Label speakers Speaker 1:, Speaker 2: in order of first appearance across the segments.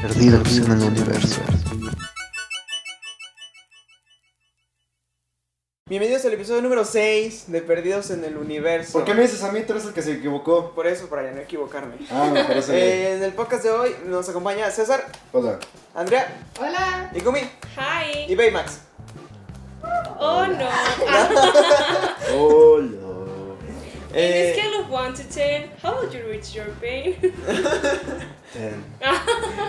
Speaker 1: perdidos en el universo.
Speaker 2: Bienvenidos al episodio número 6 de Perdidos en el Universo.
Speaker 3: ¿Por qué me dices a mí? Tú eres el que se equivocó.
Speaker 2: Por eso, para ya no equivocarme.
Speaker 3: Ah, me parece bien.
Speaker 2: Eh, en el podcast de hoy nos acompaña César,
Speaker 3: Hola.
Speaker 2: Andrea,
Speaker 4: Hola.
Speaker 2: Ikumi y
Speaker 4: Hi.
Speaker 2: Baymax.
Speaker 4: Oh no.
Speaker 2: Oh.
Speaker 3: Hola.
Speaker 4: In
Speaker 2: Eh,
Speaker 4: a scale of 1 to 10, how would you reach your pain?
Speaker 3: Ten.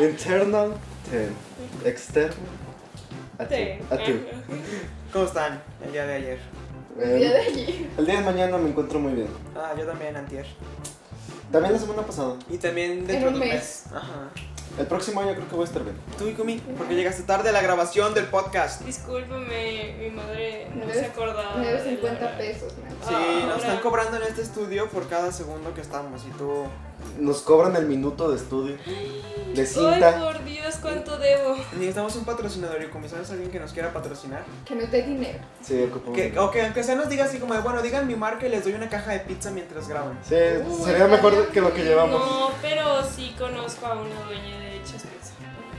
Speaker 3: Internal, ten. Externo, a ti. A ti.
Speaker 4: Ah.
Speaker 2: ¿Cómo están el día de ayer?
Speaker 3: Eh, el día de mañana me encuentro muy bien.
Speaker 2: Ah, yo también, Antier.
Speaker 3: También la semana pasada.
Speaker 2: Y también dentro
Speaker 4: En un
Speaker 2: de un
Speaker 4: mes.
Speaker 2: mes. Ajá.
Speaker 3: El próximo año creo que voy a estar bien.
Speaker 2: Tú, Ikumi, porque llegaste tarde a la grabación del podcast.
Speaker 4: Discúlpame, mi madre no
Speaker 5: Me
Speaker 4: se
Speaker 5: debes-
Speaker 4: acordaba.
Speaker 5: Me debes
Speaker 4: de la
Speaker 5: 50
Speaker 4: hora.
Speaker 5: pesos, man.
Speaker 2: Sí,
Speaker 4: Ah,
Speaker 2: nos
Speaker 4: ahora.
Speaker 2: están cobrando en este estudio por cada segundo que estamos y tú...
Speaker 3: Nos cobran el minuto de estudio. De
Speaker 4: Ay,
Speaker 3: cinta.
Speaker 4: por Dios, ¿cuánto debo?
Speaker 2: Necesitamos un patrocinador, Ikumi. ¿Sabes alguien que nos quiera patrocinar?
Speaker 5: Que no te dé dinero.
Speaker 3: Sí, ocupamos.
Speaker 2: Que, o que aunque sea nos diga así como de, bueno, digan mi marca y les doy una caja de pizza mientras graban.
Speaker 3: Sí,
Speaker 5: Uy,
Speaker 3: sería mejor que lo que llevamos.
Speaker 4: No, pero sí conozco a una dueña de hechas pizzas.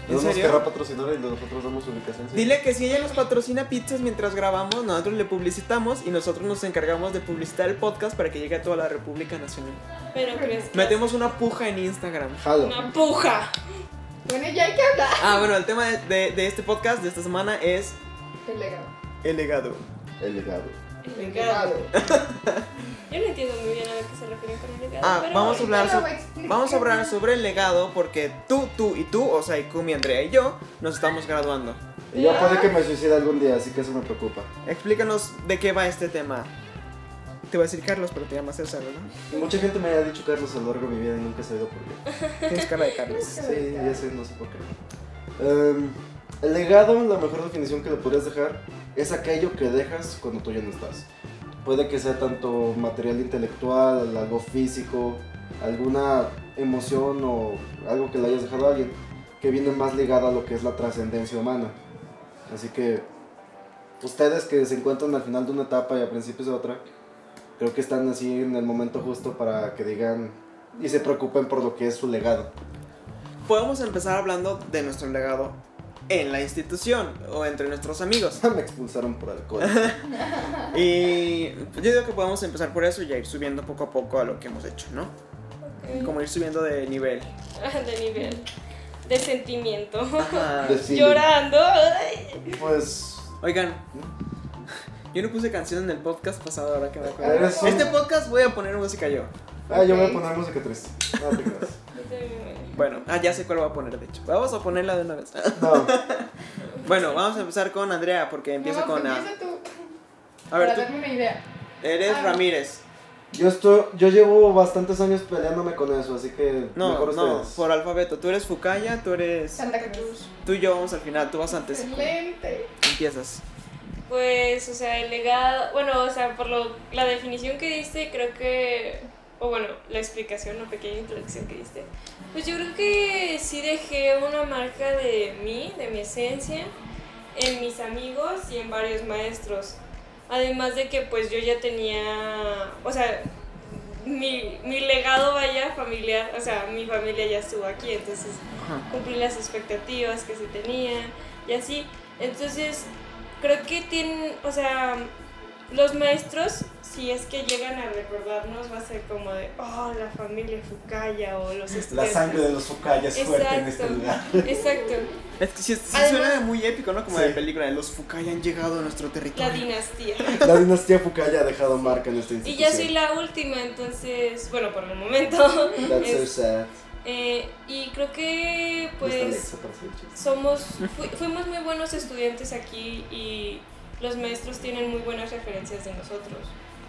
Speaker 2: ¿En
Speaker 3: No nos
Speaker 2: serio?
Speaker 3: querrá patrocinar y nosotros damos ubicación. ¿sí?
Speaker 2: Dile que si ella nos patrocina pizzas mientras grabamos, nosotros le publicitamos y nosotros nos encargamos de publicitar el podcast para que llegue a toda la República Nacional.
Speaker 4: Pero crees que.
Speaker 2: Metemos una puja en Instagram.
Speaker 3: Jalo.
Speaker 4: Una puja.
Speaker 5: Bueno, ya hay que hablar.
Speaker 2: Ah, bueno, el tema de, de- de este podcast de esta semana es
Speaker 5: El legado.
Speaker 2: el legado.
Speaker 3: El legado.
Speaker 5: El legado.
Speaker 4: Yo no entiendo muy bien a qué se refieren con el legado.
Speaker 2: Ah,
Speaker 4: pero
Speaker 2: vamos a hablar
Speaker 5: Ahorita lo
Speaker 2: sobre-
Speaker 5: voy a explicar.
Speaker 2: Vamos a hablar sobre el legado porque tú, tú y tú, o sea, Ikumi, Andrea y yo, nos estamos graduando.
Speaker 3: Y yo puede que me suicida algún día, así que eso me preocupa.
Speaker 2: Explícanos de qué va este tema. Te voy a decir Carlos, pero te llamas César, ¿verdad?
Speaker 3: Mucha gente me ha dicho Carlos a lo largo de mi vida y nunca he sabido por qué.
Speaker 2: Tienes cara de Carlos.
Speaker 3: Pues Sí, ya sé, no sé por qué. Em, el legado, la mejor definición que le podrías dejar es aquello que dejas cuando tú ya no estás. Puede que sea tanto material intelectual, algo físico, alguna emoción o algo que le hayas dejado a alguien, que viene más ligado a lo que es la trascendencia humana. Así que ustedes que se encuentran al final de una etapa y a principios de otra, creo que están así en el momento justo para que digan y se preocupen por lo que es su legado.
Speaker 2: Podemos empezar hablando de nuestro legado en la institución o entre nuestros amigos.
Speaker 3: Me expulsaron por alcohol.
Speaker 2: Y yo digo que podemos empezar por eso y ya ir subiendo poco a poco a lo que hemos hecho, ¿no? Como ir subiendo de nivel.
Speaker 4: Ah, De nivel. De sentimiento.
Speaker 2: Ajá.
Speaker 3: De feeling.
Speaker 4: Llorando. ay.
Speaker 3: Pues.
Speaker 2: Oigan, yo no puse canción en el podcast pasado, ahora que me acuerdo.
Speaker 3: Eres un-
Speaker 2: Este podcast voy a poner música yo.
Speaker 3: Ah, yo voy a
Speaker 5: Ok.
Speaker 3: poner música triste. No te creas.
Speaker 2: Bueno, ah, ya sé cuál voy a poner, de hecho. Vamos a ponerla de una vez.
Speaker 3: No.
Speaker 2: Bueno, vamos a empezar con Andrea, porque empieza
Speaker 5: No,
Speaker 2: con... A,
Speaker 5: Empieza tú.
Speaker 2: a
Speaker 5: para
Speaker 2: ver,
Speaker 5: darme
Speaker 2: tú
Speaker 5: una idea.
Speaker 2: eres
Speaker 5: Ah.
Speaker 2: Ramírez.
Speaker 3: Yo, estoy, yo llevo bastantes años peleándome con eso, así que
Speaker 2: No,
Speaker 3: mejor
Speaker 2: no,
Speaker 3: ustedes.
Speaker 2: por alfabeto. Tú eres Fukaya, tú eres...
Speaker 5: Santa Cruz.
Speaker 2: Tú y yo vamos al final, tú vas antes.
Speaker 5: Excelente.
Speaker 2: Empiezas.
Speaker 4: Pues, o sea, el legado. Bueno, o sea, por lo, la definición que diste, creo que. O bueno, la explicación, la pequeña introducción que diste. Pues yo creo que sí dejé una marca de mí, de mi esencia, en mis amigos y en varios maestros. Además de que, pues yo ya tenía. O sea, mi, mi legado vaya familiar. O sea, mi familia ya estuvo aquí, entonces
Speaker 2: Ajá.
Speaker 4: cumplir las expectativas que se tenían y así. Entonces, creo que tienen, o sea, los maestros, si es que llegan a recordarnos, va a ser como de, oh, la familia Fukaya o los estudiantes.
Speaker 3: de los Fukayas este
Speaker 4: Exacto, exacto.
Speaker 2: Es que sí, sí
Speaker 4: Además-
Speaker 2: suena muy épico, ¿no? Como
Speaker 3: Sí.
Speaker 2: de película, de los Fukaya han llegado a nuestro
Speaker 4: La
Speaker 2: territorio.
Speaker 4: dinastía.
Speaker 3: La dinastía Fukaya ha dejado marca en esta
Speaker 4: Y
Speaker 3: institución.
Speaker 4: ya soy la última, entonces, bueno, por el momento.
Speaker 3: That's so
Speaker 4: Es-
Speaker 3: sad.
Speaker 4: eh, y creo que,
Speaker 3: Mr.
Speaker 4: pues,
Speaker 3: Alexa, por favor, chicos.
Speaker 4: somos fui- fuimos muy buenos estudiantes aquí y los maestros tienen muy buenas referencias de nosotros.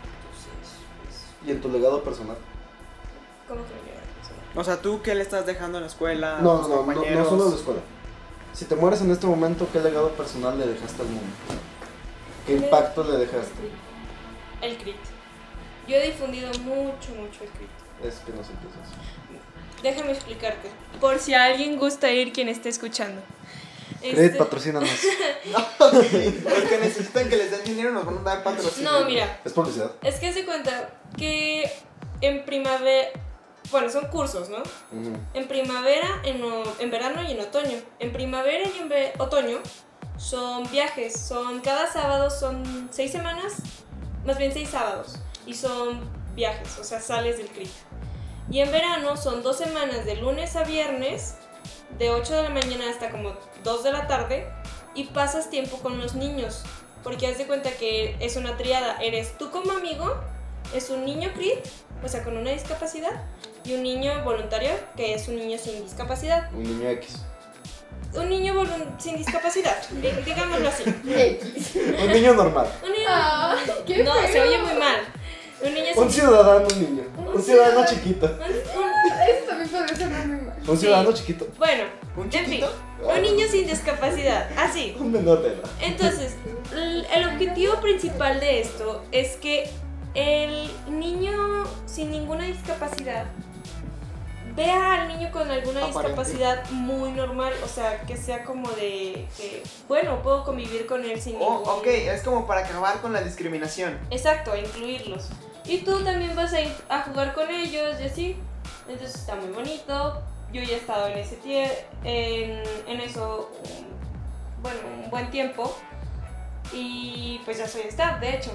Speaker 4: Entonces, pues,
Speaker 3: ¿Y en tu legado personal?
Speaker 4: ¿cómo que me voy a mencionar?
Speaker 2: O sea, ¿tú qué le estás dejando en la escuela? a
Speaker 3: No,
Speaker 2: Ah, tus
Speaker 3: no, no, no,
Speaker 2: compañeros?
Speaker 3: solo la escuela. Si te mueres en este momento, ¿qué legado personal le dejaste al mundo? ¿Qué impacto le dejaste?
Speaker 4: El crit. Yo he difundido mucho, mucho el crit.
Speaker 3: Es que no sé qué es eso.
Speaker 4: Déjame explicarte. Por si a alguien gusta ir quien esté escuchando.
Speaker 3: Cred,
Speaker 4: Este-
Speaker 3: patrocínanos.
Speaker 2: Porque necesitan que les den dinero, nos van a dar patrocinio.
Speaker 4: no, mira,
Speaker 3: ¿Es publicidad?
Speaker 4: es que se cuenta que en primavera, bueno, son cursos, ¿no?
Speaker 3: Ujú.
Speaker 4: En primavera, en, o- en verano y en otoño. En primavera y en ve- otoño son viajes, son cada sábado, son seis semanas, más bien seis sábados, y son viajes, o sea, sales del CRIT. Y en verano son dos semanas de lunes a viernes, de 8 de la mañana hasta como 2 de la tarde, y pasas tiempo con los niños, porque haz de cuenta que es una triada, eres tú como amigo, es un niño CRIT, o sea, con una discapacidad, y un niño voluntario, que es un niño sin discapacidad.
Speaker 3: Un niño X.
Speaker 4: Un niño volun- sin discapacidad, di- digámoslo así.
Speaker 5: X.
Speaker 3: Un niño normal.
Speaker 4: Un niño-
Speaker 5: Ay, Ah, qué
Speaker 4: no,
Speaker 5: feo.
Speaker 4: se oye muy mal. Un niño sin
Speaker 3: Un ciudadano niño. Un ciudadano
Speaker 5: ciudadano.
Speaker 3: chiquito.
Speaker 4: un-
Speaker 5: Eso también podría sonar muy mal.
Speaker 3: Un ciudadano chiquito.
Speaker 4: Bueno,
Speaker 2: ¿Un
Speaker 4: en fin,
Speaker 2: chiquito?
Speaker 4: un niño sin discapacidad, así.
Speaker 3: Un menor de edad.
Speaker 4: Entonces, l- el objetivo principal de esto es que el niño sin ninguna discapacidad vea al niño con alguna
Speaker 2: Aparente.
Speaker 4: discapacidad muy normal, o sea, que sea como de que, bueno, puedo convivir con él sin ningún...
Speaker 2: Oh, ok, es como para acabar con la discriminación.
Speaker 4: Exacto, incluirlos. Y tú también vas a ir a jugar con ellos y así. Entonces está muy bonito. Yo ya he estado en ese tie en, en eso, un- bueno, un buen tiempo. Y pues ya soy staff, de hecho.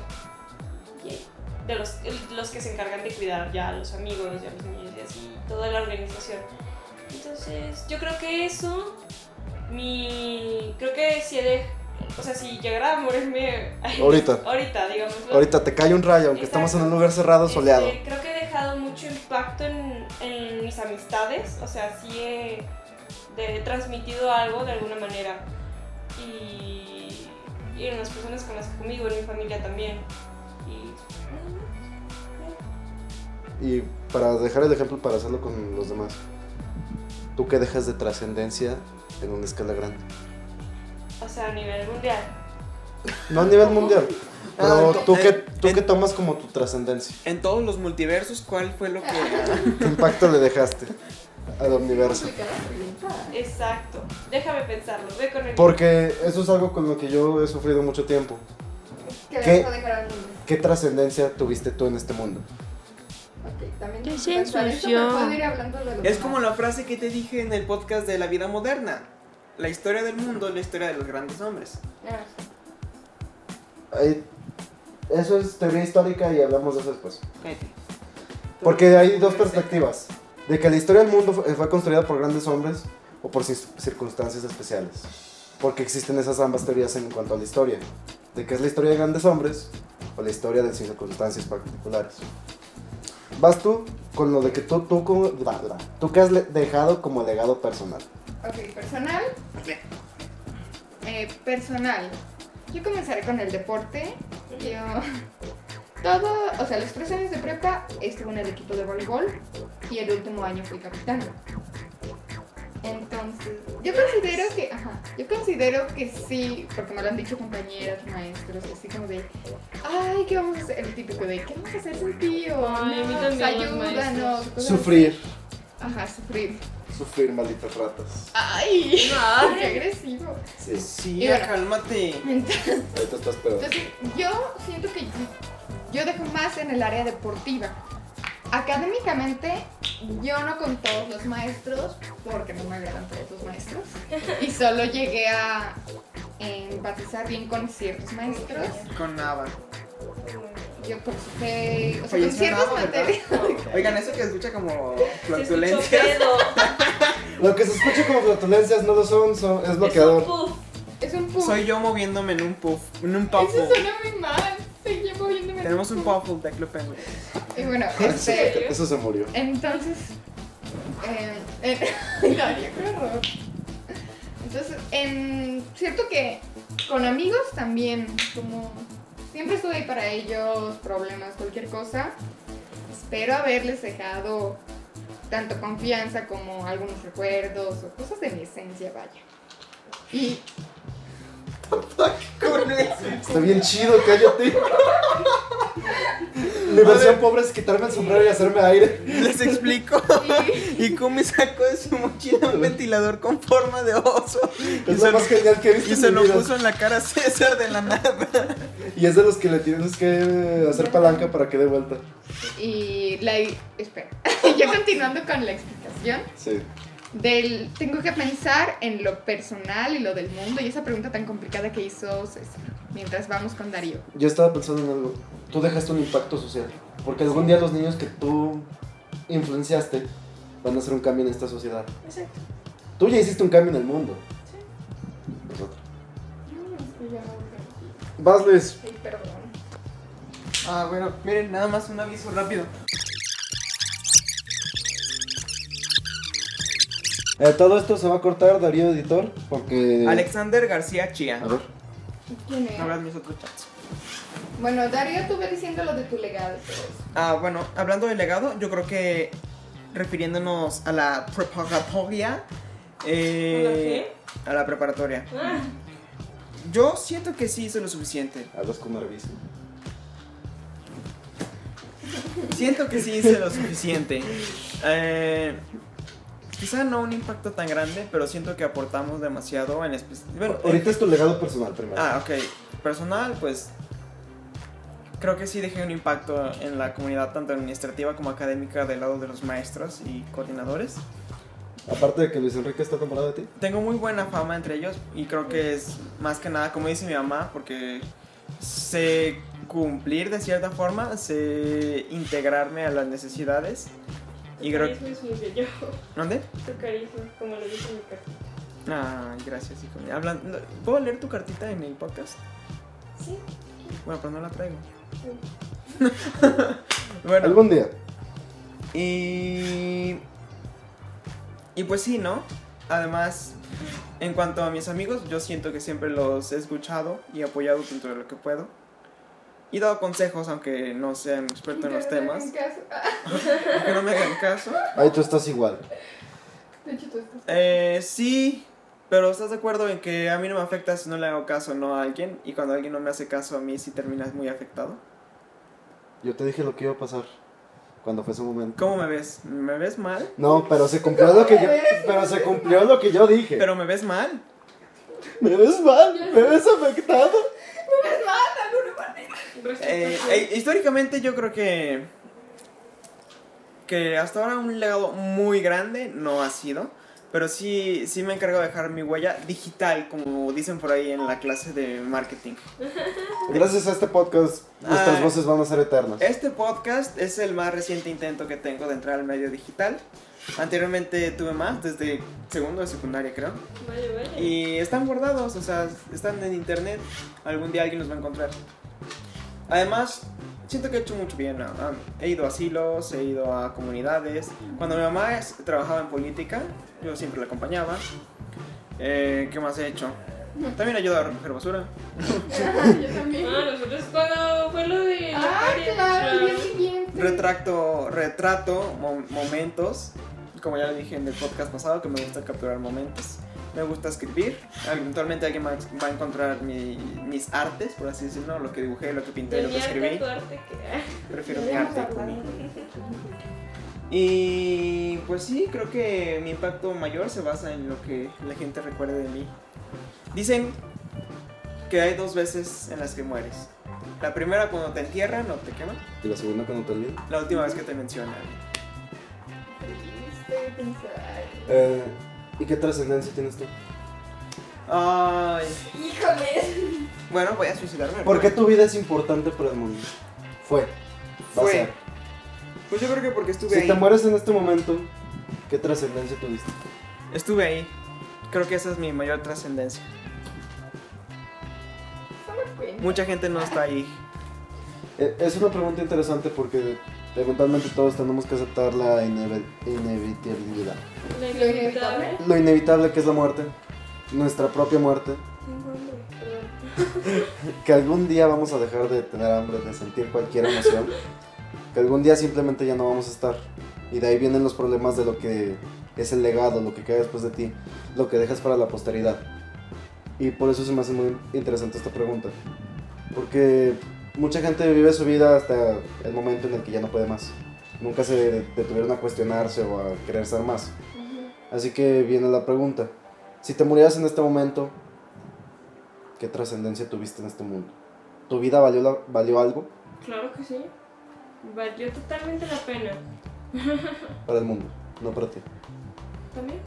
Speaker 4: Yay. De los, el- los que se encargan de cuidar ya a los amigos, ya a los niños y así, toda la organización. Entonces, yo creo que eso, mi. Creo que si he de- O sea, si llegara a morirme.
Speaker 3: Ahorita.
Speaker 4: Ahorita, digamos.
Speaker 3: Ahorita te cae un rayo, aunque estamos en un lugar cerrado,
Speaker 4: Este,
Speaker 3: soleado.
Speaker 4: creo que he dejado mucho impacto en, en mis amistades, o sea, sí he de- transmitido algo de alguna manera. Y, y en las personas con las que conmigo, en mi familia también. Y,
Speaker 3: Y para dejar el ejemplo, para hacerlo con los demás. ¿Tú qué dejas de trascendencia en una escala grande?
Speaker 4: o sea, a nivel mundial.
Speaker 3: No a nivel mundial. Pero
Speaker 2: Ah,
Speaker 3: tú
Speaker 2: eh,
Speaker 3: qué, tú
Speaker 2: eh.
Speaker 3: qué tomas como tu trascendencia.
Speaker 2: En todos los multiversos, ¿cuál fue lo que.?
Speaker 3: ¿Qué impacto le dejaste al universo?
Speaker 5: Complicada pregunta.
Speaker 4: Exacto. Déjame pensarlo, ve con el.
Speaker 3: Porque eso es algo con lo que yo he sufrido mucho tiempo.
Speaker 5: Que le
Speaker 3: ¿Qué?
Speaker 5: vas a dejar al mundo.
Speaker 3: ¿Qué trascendencia tuviste tú en este mundo?
Speaker 5: Ok, también
Speaker 1: Qué
Speaker 5: tengo que pensar esto,
Speaker 1: sensación.
Speaker 5: pero puedo ir hablando de los
Speaker 2: es como
Speaker 5: demás.
Speaker 2: la frase que te dije en el podcast de la vida moderna: La historia del mundo es la historia de los grandes hombres.
Speaker 5: Ah,
Speaker 3: Ahí- eso es teoría histórica y hablamos de eso después.
Speaker 2: Cállate.
Speaker 3: Porque hay dos perspectivas. De que la historia del mundo fue fue construida por grandes hombres o por cis- circunstancias especiales. Porque existen esas ambas teorías en cuanto a la historia. De que es la historia de grandes hombres o la historia de circunstancias particulares. Vas tú con lo de que tú, tú, como- bla, bla. tú que has le- dejado como legado personal.
Speaker 5: Ok, personal. Eh, personal. Yo comenzaré con el deporte. Yo. Todo, o sea, los tres años de prepa estuve en el equipo de voleibol y el último año fui capitana. Entonces, yo considero que, ajá, yo considero que sí, porque me lo han dicho compañeras, maestros, así como de, ay, ¿qué vamos a hacer? El típico de, ¿qué vamos a hacer sin ti? O,
Speaker 4: Ay, a mí
Speaker 5: "No,
Speaker 4: también los
Speaker 5: ayúdanos.
Speaker 4: maestros.
Speaker 5: cosas así. Ajá, sufrir.
Speaker 3: Sufrir, malditas ratas.
Speaker 5: Ay,
Speaker 4: No.
Speaker 5: qué agresivo.
Speaker 3: Sí,
Speaker 2: Sí,
Speaker 5: Y bueno.
Speaker 2: cálmate.
Speaker 5: Entonces,
Speaker 3: ahorita estás peor.
Speaker 5: yo siento que yo dejo más en el área deportiva. Académicamente, yo no con todos los maestros, porque no me agradan todos los maestros. Y solo llegué a empatizar bien con ciertos maestros.
Speaker 2: Con Nava.
Speaker 5: Yo con, eh, o sea, con
Speaker 2: Falleció
Speaker 5: ciertas
Speaker 2: Nava, ¿verdad?
Speaker 5: materias.
Speaker 2: Oigan, eso que escucha como
Speaker 4: Se escuchó
Speaker 2: flatulencias.
Speaker 4: pedo.
Speaker 3: Lo que se escucha como flatulencias no lo son, son es
Speaker 4: Es
Speaker 3: bloqueador.
Speaker 4: un puff.
Speaker 5: Es un puff.
Speaker 2: Soy yo moviéndome en un puff, en un
Speaker 5: Eso
Speaker 2: puffle.
Speaker 5: suena muy mal. Seguí moviéndome.
Speaker 2: Tenemos un puffle de Club Penguin.
Speaker 5: Y bueno,
Speaker 3: Eso,
Speaker 5: este.
Speaker 3: se- eso se murió.
Speaker 5: Entonces, eh, en- no, yo creo no. Entonces, en, cierto que con amigos también, como siempre estuve ahí para ellos, problemas, cualquier cosa. Espero haberles dejado tanto confianza como algunos recuerdos o cosas de mi esencia, vaya. Y
Speaker 3: Está bien chido, cállate. Mi versión pobre es quitarme el sombrero y hacerme aire.
Speaker 2: Les explico. Y Kumi sacó de su mochila un ventilador con forma de oso. Y
Speaker 3: Es
Speaker 2: se,
Speaker 3: lo más genial que he visto
Speaker 2: y
Speaker 3: en
Speaker 2: se
Speaker 3: mi
Speaker 2: lo
Speaker 3: vida.
Speaker 2: puso en la cara a César de la nada.
Speaker 3: Y es de los que le tienes que hacer palanca para que dé vuelta.
Speaker 5: Y Y la... Espera, ya continuando con la explicación.
Speaker 3: Sí.
Speaker 5: Del, tengo que pensar en lo personal y lo del mundo y esa pregunta tan complicada que hizo César mientras vamos con Darío.
Speaker 3: Yo estaba pensando en algo. Tú dejaste un impacto social. Porque algún día los niños que tú influenciaste van a hacer un cambio en esta sociedad.
Speaker 4: Exacto.
Speaker 3: Tú ya hiciste un cambio en el mundo.
Speaker 4: Sí.
Speaker 3: Nosotros.
Speaker 5: Ay,
Speaker 3: Vas, Luis.
Speaker 5: perdón.
Speaker 2: Ah, bueno, miren, nada más un aviso rápido.
Speaker 3: Eh, todo esto se va a cortar, Darío Editor, porque...
Speaker 2: Alexander García Chía.
Speaker 3: A ver.
Speaker 5: ¿Quién es?
Speaker 2: No hablan mis otros chats.
Speaker 5: Bueno, Darío, tú ve diciendo lo de tu legado. y todo eso.
Speaker 2: Ah, bueno, hablando de legado, yo creo que refiriéndonos a la preparatoria. eh, ¿A la preparatoria.
Speaker 4: Ah,
Speaker 2: Yo siento que sí hice lo suficiente.
Speaker 3: Hablas con Marvis.
Speaker 2: Siento que sí hice lo suficiente. Eh, quizá no un impacto tan grande, pero siento que aportamos demasiado en espe- bueno, eh,
Speaker 3: Ahorita es tu legado personal primero.
Speaker 2: Ah, ok. Personal, pues creo que sí dejé un impacto en la comunidad tanto administrativa como académica del lado de los maestros y coordinadores.
Speaker 3: Aparte de que Luis Enrique está comparado de ti.
Speaker 2: Tengo muy buena fama entre ellos y creo que es más que nada, como dice mi mamá, porque sé cumplir de cierta forma, sé integrarme a las necesidades y
Speaker 4: tu
Speaker 2: creo
Speaker 4: carisma es muy bello.
Speaker 2: ¿Dónde?
Speaker 4: Tu carisma, como lo dice mi cartita.
Speaker 2: Ah, gracias, hijo mío. Hablan- ¿Puedo leer tu cartita en el podcast?
Speaker 4: Sí.
Speaker 2: Bueno, pero no la traigo. bueno.
Speaker 3: Algún día.
Speaker 2: Y. Y pues sí, ¿no? Además, en cuanto a mis amigos, yo siento que siempre los he escuchado y apoyado dentro de lo que puedo. Y dado consejos, aunque no sea un experto en los
Speaker 5: Pero no
Speaker 2: temas.
Speaker 5: hagan caso. Ah,
Speaker 2: Aunque no me hagan caso.
Speaker 3: Ahí tú estás igual.
Speaker 5: de hecho, tú estás-
Speaker 2: Eh, sí, pero ¿estás de acuerdo en que a mí no me afecta si no le hago caso no a alguien? Y cuando alguien no me hace caso a mí, sí terminas muy afectado.
Speaker 3: Yo te dije lo que iba a pasar cuando fue ese momento.
Speaker 2: ¿Cómo me ves? ¿Me ves mal?
Speaker 3: No, pero se cumplió lo que yo, pero se cumplió lo que yo dije.
Speaker 2: ¿Pero me ves mal?
Speaker 3: me ves mal, me ves afectado.
Speaker 2: Eh, eh, históricamente yo creo que que hasta ahora un legado muy grande no ha sido, pero sí sí me encargo de dejar mi huella digital como dicen por ahí en la clase de marketing.
Speaker 3: Gracias a este podcast, nuestras
Speaker 2: Ay.
Speaker 3: voces van a ser eternas.
Speaker 2: Este podcast es el más reciente intento que tengo de entrar al medio digital. Anteriormente tuve más desde segundo de secundaria creo
Speaker 4: Vale, vale.
Speaker 2: y están guardados, o sea, están en internet. Algún día alguien los va a encontrar. Además, siento que he hecho mucho bien. ¿no? Ah, He ido a asilos, he ido a comunidades. Cuando mi mamá es- trabajaba en política, yo siempre la acompañaba. Eh, ¿Qué más he hecho? También he ayudado a recoger basura.
Speaker 5: Ah, yo también.
Speaker 4: Ah, nosotros cuando fue lo de. la
Speaker 5: Ah,
Speaker 4: feria,
Speaker 5: claro, el
Speaker 4: claro.
Speaker 5: día siguiente.
Speaker 2: Retracto, retrato mo- momentos. Como ya lo dije en el podcast pasado, que me gusta capturar momentos. Me gusta escribir. Eventualmente alguien va va a encontrar mi- mis artes, por así decirlo, lo que dibujé, lo que pinté, lo que
Speaker 4: Tenía
Speaker 2: escribí.
Speaker 4: tu arte que.
Speaker 2: Prefiero mi
Speaker 5: Deberíamos
Speaker 2: arte
Speaker 5: hablar
Speaker 2: conmigo.
Speaker 5: de eso.
Speaker 2: Y pues sí, creo que mi impacto mayor se basa en lo que la gente recuerde de mí. Dicen que hay dos veces en las que mueres. La primera cuando te entierran o te queman.
Speaker 3: Y la segunda cuando te olvido.
Speaker 2: La última vez que te mencionan.
Speaker 5: Triste de pensar.
Speaker 3: Eh, ¿Y qué trascendencia tienes tú?
Speaker 2: Ay,
Speaker 5: Híjole.
Speaker 2: bueno, voy a suicidarme.
Speaker 3: ¿Por qué tu vida es importante para el mundo? Fue. Va a
Speaker 2: Fue.
Speaker 3: ser.
Speaker 2: Pues yo creo que porque estuve
Speaker 3: Si
Speaker 2: ahí.
Speaker 3: te mueres en este momento, ¿qué trascendencia tuviste?
Speaker 2: Estuve ahí. Creo que esa es mi mayor trascendencia.
Speaker 5: Solo cuenta.
Speaker 2: Mucha gente no está ahí.
Speaker 3: Eh, Es una pregunta interesante porque eventualmente todos tenemos que aceptar la ineve- inevitabilidad.
Speaker 4: La
Speaker 5: Lo inevitable.
Speaker 3: Lo inevitable que es la muerte, nuestra propia muerte,
Speaker 4: Tengo hambre, perdón.
Speaker 3: que algún día vamos a dejar de tener hambre, de sentir cualquier emoción, que algún día simplemente ya no vamos a estar. Y de ahí vienen los problemas de lo que es el legado, lo que queda después de ti, lo que dejas para la posteridad. Y por eso se me hace muy interesante esta pregunta. Porque mucha gente vive su vida hasta el momento en el que ya no puede más. Nunca se detuvieron a cuestionarse o a querer ser más. Así que viene la pregunta. Si te murieras en este momento, ¿qué trascendencia tuviste en este mundo? ¿Tu vida valió, la- valió algo?
Speaker 4: Claro que sí. Valió totalmente la pena.
Speaker 3: Para el mundo, no para ti.
Speaker 4: ¿También?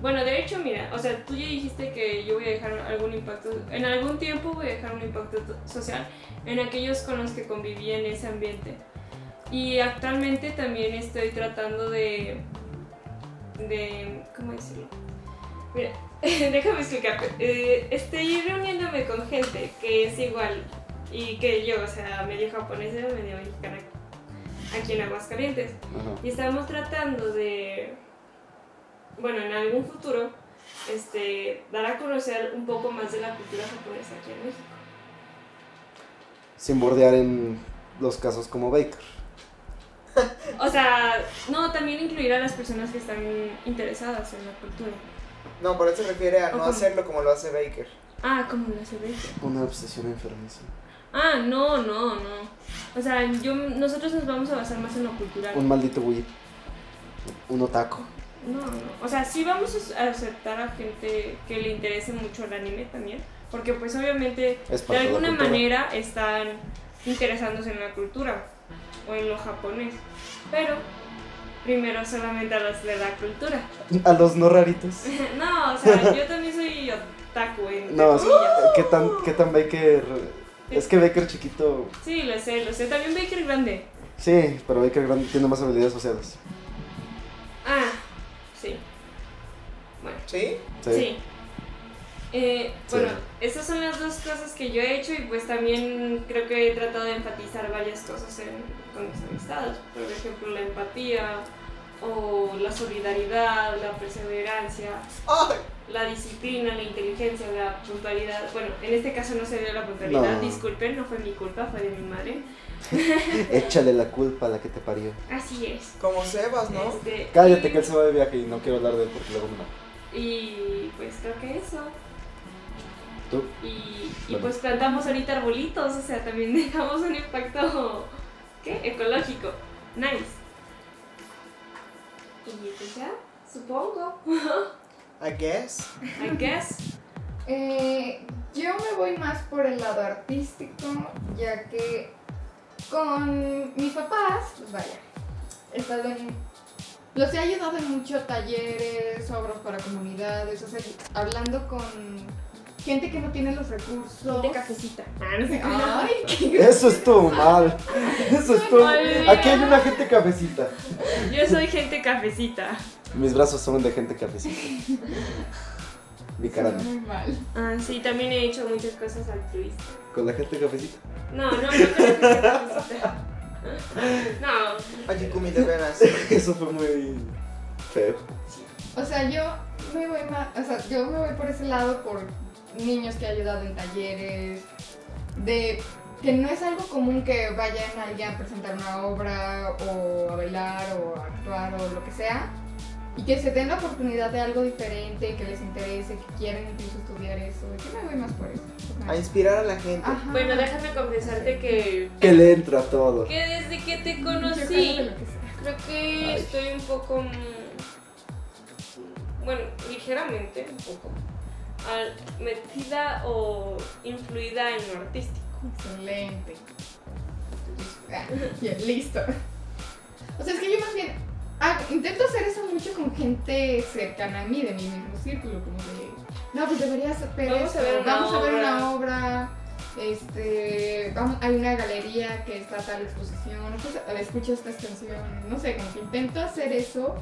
Speaker 4: Bueno, de hecho, mira, o sea, tú ya dijiste que yo voy a dejar algún impacto, en algún tiempo voy a dejar un impacto to- social en aquellos con los que conviví en ese ambiente. Y actualmente también estoy tratando de, de, ¿cómo decirlo? Mira, déjame explicarte. Eh, estoy reuniéndome con gente que es igual y que yo, o sea, medio japonesa, medio mexicana, aquí en Aguascalientes.
Speaker 3: Ajá.
Speaker 4: Y estamos tratando de, bueno, en algún futuro, este, dar a conocer un poco más de la cultura japonesa aquí en México.
Speaker 3: Sin bordear en los casos como Baker.
Speaker 4: O sea, no, también incluir a las personas que están interesadas en la cultura.
Speaker 2: No, por eso se refiere a no
Speaker 4: Ojo.
Speaker 2: hacerlo como lo hace Baker.
Speaker 4: Ah, como la cerveza.
Speaker 3: Una obsesión enfermiza.
Speaker 4: Ah, no, no, no. O sea, yo, nosotros nos vamos a basar más en lo cultural.
Speaker 3: Un maldito weed. Un otaco.
Speaker 4: No, no. O sea, sí vamos a aceptar a gente que le interese mucho el anime también. Porque pues obviamente
Speaker 3: Es
Speaker 4: de
Speaker 3: parte de la
Speaker 4: alguna
Speaker 3: cultura.
Speaker 4: manera están interesándose en la cultura o en lo japonés. Pero primero solamente a los de la cultura.
Speaker 3: A los no raritos.
Speaker 4: No, o sea, yo también soy otaku ¿eh? ¡Uh! en
Speaker 3: No, es- ¿qué tan, ¿qué tan Baker? Es que Baker chiquito.
Speaker 4: Sí, lo sé, lo sé. También Baker grande.
Speaker 3: Sí, pero Baker grande tiene más habilidades sociales.
Speaker 4: Ah, sí. Bueno.
Speaker 2: ¿Sí?
Speaker 3: Sí.
Speaker 4: Sí. Eh,
Speaker 3: Sí.
Speaker 4: bueno, esas son las dos cosas que yo he hecho y pues también creo que he tratado de enfatizar varias cosas en- con mis amistades. Por ejemplo, la empatía o la solidaridad, la perseverancia,
Speaker 2: ¡Ay!
Speaker 4: la disciplina, la inteligencia, la puntualidad. Bueno, en este caso no se dio la puntualidad,
Speaker 3: No.
Speaker 4: disculpen, no fue mi culpa, fue de mi madre.
Speaker 3: Échale la culpa a la que te parió.
Speaker 4: Así es.
Speaker 2: Como Sebas, ¿no?
Speaker 4: Este,
Speaker 3: Cállate
Speaker 4: y-
Speaker 3: que él se va de viaje y no quiero hablar de él porque luego me enojo.
Speaker 4: Y pues creo que eso.
Speaker 3: ¿Tú?
Speaker 4: Y, y
Speaker 3: Bueno.
Speaker 4: pues plantamos ahorita arbolitos, o sea, también dejamos un impacto ¿qué? ecológico. Nice. Y pues ya, supongo.
Speaker 2: I guess.
Speaker 4: I guess.
Speaker 5: Eh, yo me voy más por el lado artístico, ya que con mis papás, pues vaya, he estado en- los he ayudado en muchos talleres, obras para comunidades, o sea, hablando con gente que no tiene los recursos.
Speaker 4: De cafecita. Ah, no sé
Speaker 5: Ay, qué
Speaker 3: Eso estuvo mal. Eso estuvo.
Speaker 4: Olvídalo.
Speaker 3: Aquí hay una gente cabecita.
Speaker 4: qué. Yo soy gente cafecita.
Speaker 3: Mis brazos son de gente cabecita.
Speaker 5: suena
Speaker 3: Bicarano.
Speaker 5: muy mal.
Speaker 4: Ah, sí, también he hecho muchas cosas altruistas.
Speaker 3: Con la gente cabecita.
Speaker 4: No, no, no creo que sea cafecita. No,
Speaker 2: Ayikumi, de veras.
Speaker 3: Eso fue muy feo.
Speaker 5: O sea, yo me voy ma- o sea, yo me voy por ese lado por niños que he ayudado en talleres, de que no es algo común que vayan alguien a presentar una obra o a bailar o a actuar o lo que sea y que se den la oportunidad de algo diferente, que les interese, que quieran incluso estudiar eso. Yo me voy más por eso.
Speaker 2: A inspirar a la gente.
Speaker 5: Ajá.
Speaker 4: bueno, déjame confesarte que,
Speaker 3: Que le entra todo.
Speaker 4: que desde que te
Speaker 5: Yo creo
Speaker 4: conocí,
Speaker 5: que lo que sea.
Speaker 4: Creo que
Speaker 3: Ay.
Speaker 4: estoy un poco. mm, Bueno, ligeramente, un poco. al- metida o influida en lo artístico.
Speaker 5: Excelente. Ah, bien, listo. O sea, es que yo más bien ah, intento hacer eso mucho con gente cercana a mí, de mi mismo círculo, como de, no, pues deberías hacer
Speaker 4: Vamos a
Speaker 5: esto,
Speaker 4: ver una
Speaker 5: vamos a ver
Speaker 4: obra".
Speaker 5: una obra, este, vamos, hay una galería que está a tal exposición, o pues, a- escucha estas canciones, no sé, como que intento hacer eso,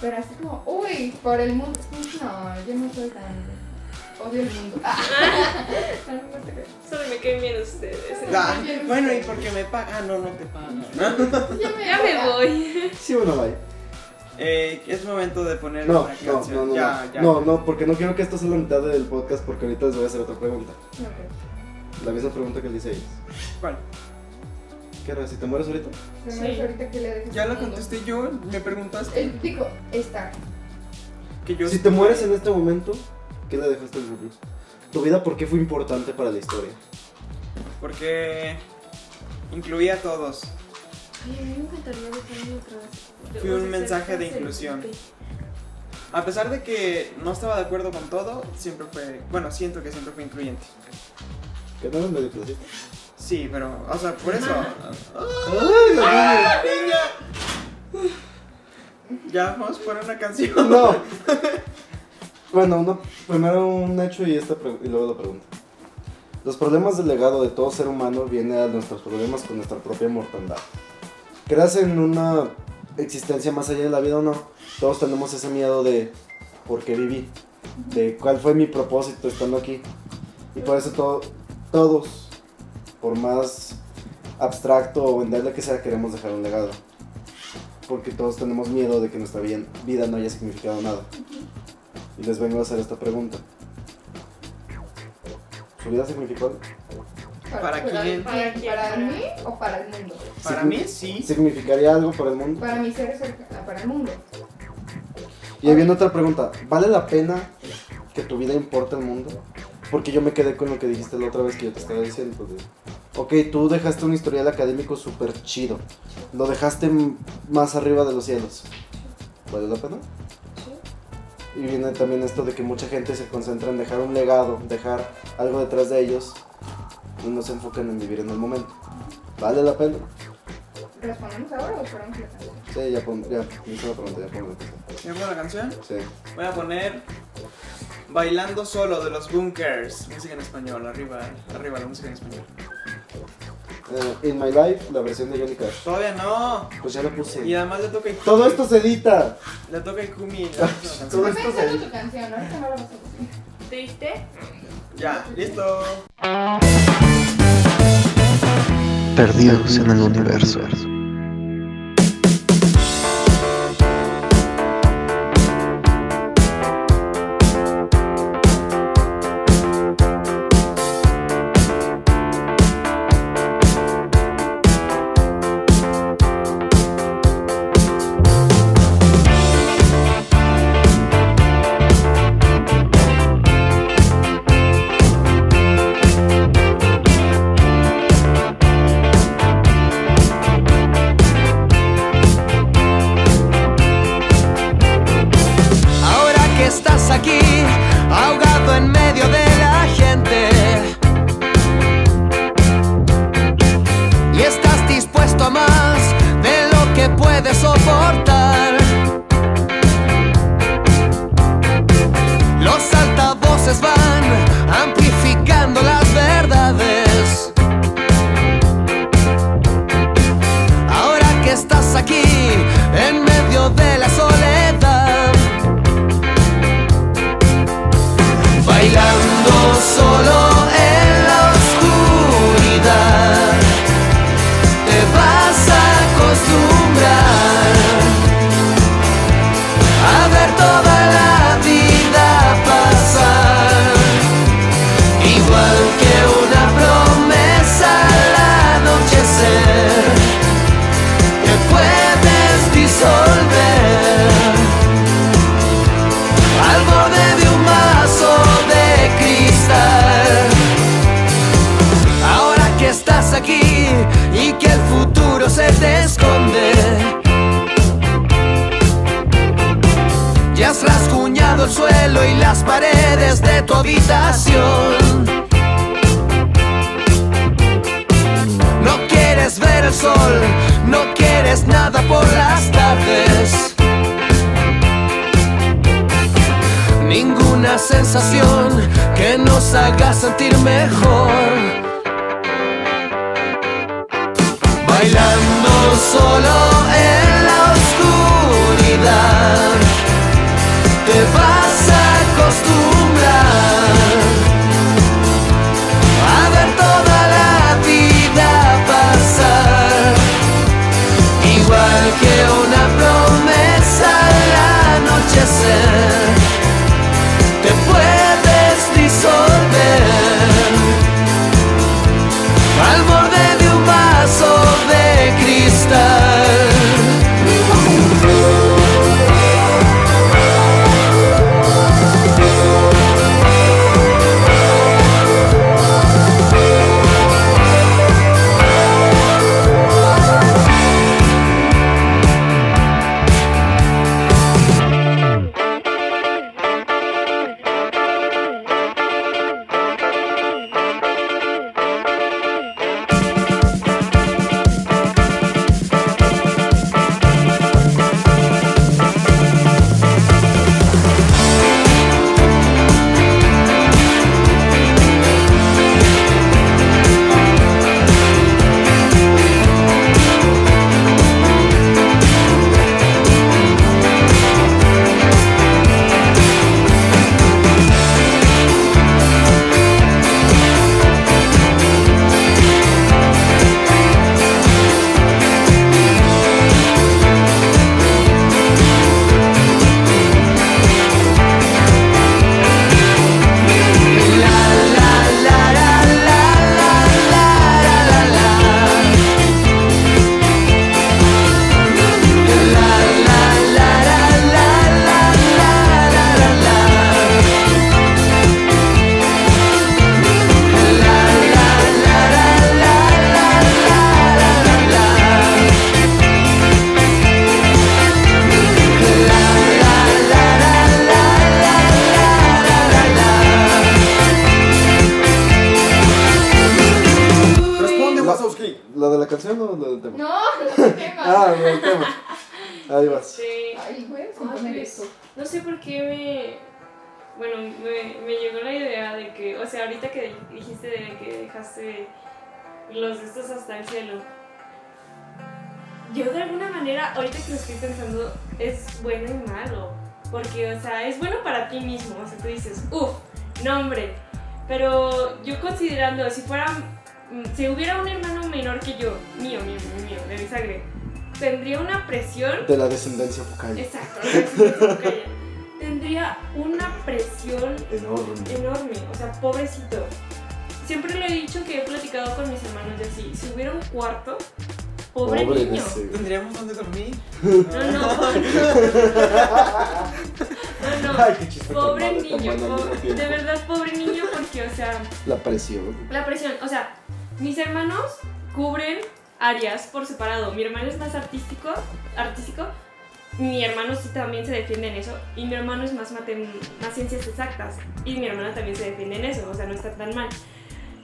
Speaker 5: pero así como, uy, por el mundo, no, yo no soy tan... Odio el mundo. Ah, no te creo.
Speaker 4: Solo me caen bien ustedes.
Speaker 2: Ah, bueno, y porque me pagan. Ah, no, no te pagan. ¿no?
Speaker 5: Ya me,
Speaker 4: Ya me voy.
Speaker 3: Sí o no, vaya.
Speaker 2: Eh, es momento de poner
Speaker 3: No,
Speaker 2: una
Speaker 3: no,
Speaker 2: canción.
Speaker 3: no, no,
Speaker 2: ya,
Speaker 3: no.
Speaker 2: ya.
Speaker 3: No, no, porque no quiero que esto sea la mitad del podcast porque ahorita les voy a hacer otra pregunta.
Speaker 5: Ok.
Speaker 3: La misma pregunta que le hice a ellos.
Speaker 2: ¿Cuál?
Speaker 3: ¿Qué era? Si te mueres ahorita.
Speaker 5: Pero
Speaker 4: Sí.
Speaker 5: ahorita que le dejes
Speaker 2: Ya
Speaker 5: el
Speaker 2: la
Speaker 5: mundo.
Speaker 2: contesté yo. Me preguntaste
Speaker 5: Eh, digo, esta.
Speaker 2: que yo.
Speaker 3: Si te mueres en este momento, ¿qué le dejaste al mundo? ¿Tu vida por qué fue importante para la historia?
Speaker 2: Porque incluía a todos.
Speaker 4: me encantaría dejarme otra vez.
Speaker 2: Fui un mensaje de inclusión. A pesar de que no estaba de acuerdo con todo, siempre fue. Bueno, siento que siempre fue incluyente.
Speaker 3: Que no eres medio clasista.
Speaker 2: Sí, pero, o sea, por eso.
Speaker 3: ¡Ay, la niña!
Speaker 2: Ya, vamos a poner una canción.
Speaker 3: No. Bueno, uno- primero un hecho y, esta pre- y luego la pregunta. Los problemas del legado de todo ser humano vienen a nuestros problemas con nuestra propia mortandad. ¿Creas en una existencia más allá de la vida o no? Todos tenemos ese miedo de por qué viví, de cuál fue mi propósito estando aquí. Y por eso to- todos, por más abstracto o venderle que sea, queremos dejar un legado. Porque todos tenemos miedo de que nuestra vi- vida no haya significado nada. Y les vengo a hacer esta pregunta. ¿Su vida significó algo?
Speaker 2: ¿Para quién?
Speaker 5: ¿Para,
Speaker 4: quién?
Speaker 5: para mí o para el mundo?
Speaker 2: Para mí sí.
Speaker 3: ¿Significaría algo para el mundo?
Speaker 5: Para mis seres cercanos, para el mundo.
Speaker 3: Y ahí viene otra pregunta. ¿Vale la pena que tu vida importe al mundo? Porque yo me quedé con lo que dijiste la otra vez que yo te estaba diciendo. de, ok, tú dejaste un historial académico súper chido. Lo dejaste m- más arriba de los cielos. ¿Vale la pena? Y viene también esto de que mucha gente se concentra en dejar un legado, dejar algo detrás de ellos y no se enfocan en vivir en el momento. ¿Vale la pena?
Speaker 5: ¿Respondemos ahora o esperamos la canción?
Speaker 3: Sí, ya pon, ya, me hice la pregunta, ya pon la atención.
Speaker 2: ¿Me pongo la canción?
Speaker 3: Sí.
Speaker 2: Voy a poner Bailando Solo de los Bunkers. Música en español, arriba, arriba la música en español.
Speaker 3: Eh, In My Life, la versión de Johnny Cash.
Speaker 2: Todavía no.
Speaker 3: Pues ya la
Speaker 2: Y
Speaker 3: puse.
Speaker 2: además le toca Ikumi.
Speaker 3: Todo esto se edita.
Speaker 2: Le toca Ikumi. la próxima canción.
Speaker 3: Todo
Speaker 5: Estoy
Speaker 3: esto
Speaker 5: pensando
Speaker 3: se-
Speaker 5: tu canción, ahorita no la vas a decir.
Speaker 4: ¿Te viste?
Speaker 2: Ya, listo.
Speaker 1: Perdidos en el universo.
Speaker 6: Ahora que estás aquí, ahogado en medio de la gente. Y estás dispuesto a más de lo que puedes soportar. Los altavoces van amplificando las verdades. Ahora que estás aquí, en medio de la soledad. bailando solo en la oscuridad. Te vas a acostumbrar a ver toda la vida pasar, igual que una promesa al anochecer que puedes disolver al borde de un mazo de cristal. Ahora que estás aquí y que el futuro se te esconde, ya has rasguñado el suelo y las paredes de tu habitación. No quieres ver el sol, no quieres nada por las tardes. ninguna sensación que nos haga sentir mejor. Bailando solo en la oscuridad, te vas a acostumbrar a ver toda la vida pasar igual que una promesa al anochecer. Te puedes disolver al borde de un vaso de cristal.
Speaker 3: Ah.
Speaker 5: pendejo.
Speaker 4: No sé por qué me. Bueno, me, me llegó la idea de que. O sea, ahorita que dijiste de que dejaste los de estos hasta el cielo. Yo de alguna manera, ahorita que lo estoy pensando, es bueno y malo. Porque, o sea, es bueno para ti mismo. O sea, tú dices, uff, nombre. Pero yo considerando, si fuera. mm, Si hubiera un hermano menor que yo, mío, mío, mío, mío, de mi sangre, tendría una presión
Speaker 3: De la descendencia focal.
Speaker 4: Exacto, no es un tipo que haya. Tendría una presión
Speaker 3: Enorme.
Speaker 4: enorme, o sea, pobrecito. Siempre lo he dicho que he platicado con mis hermanos de así, si hubiera un cuarto, pobre,
Speaker 3: Pobre de
Speaker 4: niño.
Speaker 3: ese, güey.
Speaker 2: ¿Tendríamos dónde dormir?
Speaker 4: No, no, no, no.
Speaker 3: Ay, qué chiste tan
Speaker 4: Pobre
Speaker 3: malo, tan malo
Speaker 4: niño,
Speaker 3: al
Speaker 4: po-
Speaker 3: mismo
Speaker 4: de
Speaker 3: tiempo.
Speaker 4: verdad pobre niño porque, o sea,
Speaker 3: La presión.
Speaker 4: la presión, o sea, mis hermanos cubren áreas por separado. Mi hermano es más artístico, artístico. Mi hermano sí también se defiende en eso y mi hermano es más matem- más ciencias exactas y mi hermana también se defiende en eso, o sea, no está tan mal.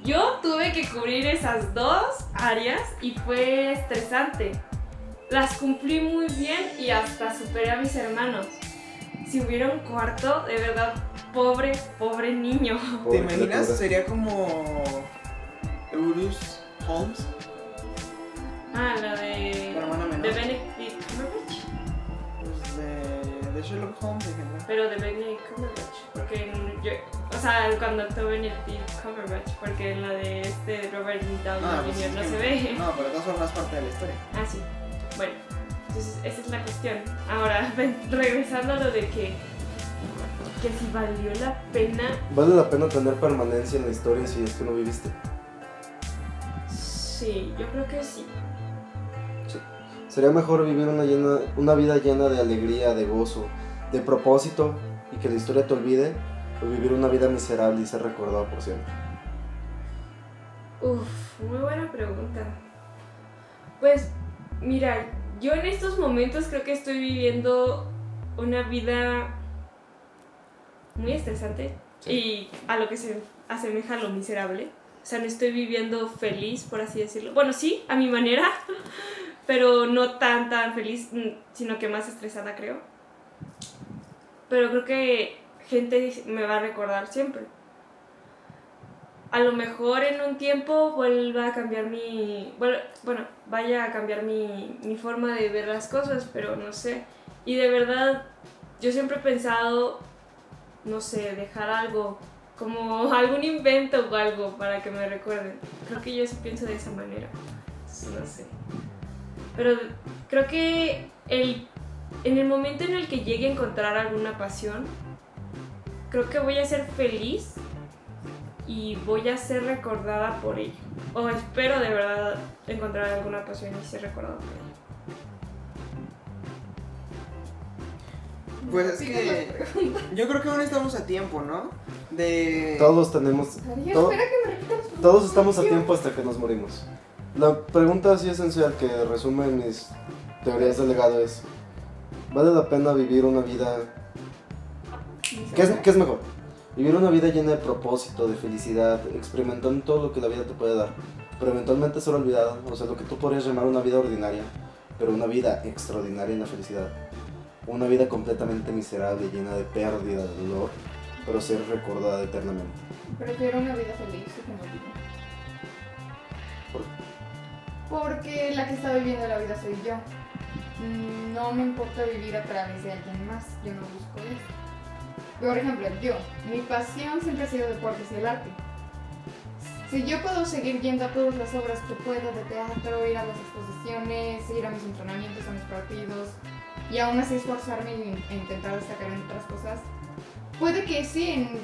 Speaker 4: Yo tuve que cubrir esas dos áreas y fue estresante. Las cumplí muy bien y hasta superé a mis hermanos. Si hubiera un cuarto, de verdad, pobre, pobre niño.
Speaker 2: ¿Te
Speaker 3: Pobre
Speaker 2: imaginas?
Speaker 3: criatura.
Speaker 2: Sería como. Eurus Holmes,
Speaker 4: Ah, la de...
Speaker 2: la hermana menor.
Speaker 4: De Benedict Cumberbatch,
Speaker 2: Pues de, de Sherlock Holmes, de ejemplo.
Speaker 4: pero de Benedict Cumberbatch, porque en- yo, o sea, cuando actuó Benedict Cumberbatch, porque en la de este Robert Downey
Speaker 2: Ah, pues
Speaker 4: Jr.
Speaker 2: es
Speaker 4: no
Speaker 2: que-
Speaker 4: se ve.
Speaker 2: No, pero de todas formas parte de la historia.
Speaker 4: Ah, sí. Bueno, entonces esa es la cuestión. Ahora, ven- regresando a lo de que, que si valió la pena,
Speaker 3: Vale la pena tener permanencia en la historia si es que no viviste.
Speaker 4: sí, yo creo que sí.
Speaker 3: Sería mejor vivir una, llena, una vida llena de alegría, de gozo, de propósito y que la historia te olvide, o vivir una vida miserable y ser recordado por siempre.
Speaker 4: Uf, muy buena pregunta. Pues, mira, yo en estos momentos creo que estoy viviendo una vida muy estresante y a lo que se asemeja a lo miserable. O sea, no estoy viviendo feliz, por así decirlo. Bueno, sí, a mi manera, pero no tan, tan feliz, mm, sino que más estresada, creo. Pero creo que gente me va a recordar siempre a lo mejor en un tiempo vuelva a cambiar mi. vuel- Bueno, vaya a cambiar mi, mi forma de ver las cosas, pero no sé. Y de verdad, yo siempre he pensado, no sé, dejar algo, como algún invento o algo para que me recuerden. Creo que yo sí pienso de esa manera. Entonces, No sé. Pero creo que el, en el momento en el que llegue a encontrar alguna pasión, creo que voy a ser feliz y voy a ser recordada por ello. O espero de verdad encontrar alguna pasión y ser recordada por ello.
Speaker 2: Pues es
Speaker 5: Sigue la
Speaker 2: que. Yo creo que aún estamos a tiempo, ¿no? De.
Speaker 3: Todos tenemos,
Speaker 5: Darío,
Speaker 3: to-
Speaker 5: espera que me repitas. por
Speaker 3: todos
Speaker 5: favor.
Speaker 3: estamos a
Speaker 5: Yo-
Speaker 3: tiempo hasta que nos morimos. La pregunta así esencial que resume mis teorías del legado es, ¿vale la pena vivir una vida ¿Qué es, qué es mejor? Vivir una vida llena de propósito, de felicidad, experimentando todo lo que la vida te puede dar, pero eventualmente ser olvidada, o sea, lo que tú podrías llamar una vida ordinaria, pero una vida extraordinaria en la felicidad. Una vida completamente miserable, llena de pérdida, de dolor, pero ser recordada eternamente.
Speaker 5: Prefiero una vida feliz que una vida.
Speaker 3: ¿Por qué?
Speaker 5: Porque la que está viviendo la vida soy yo. Mm, No me importa vivir a través de alguien más. Yo no busco eso. Por ejemplo, yo, mi pasión siempre ha sido deportes y el arte. Si yo puedo seguir yendo a todas las obras que puedo de teatro, ir a las exposiciones, ir a mis entrenamientos, a mis partidos, y aún así esforzarme y- e intentar destacar en otras cosas, puede que sí, en-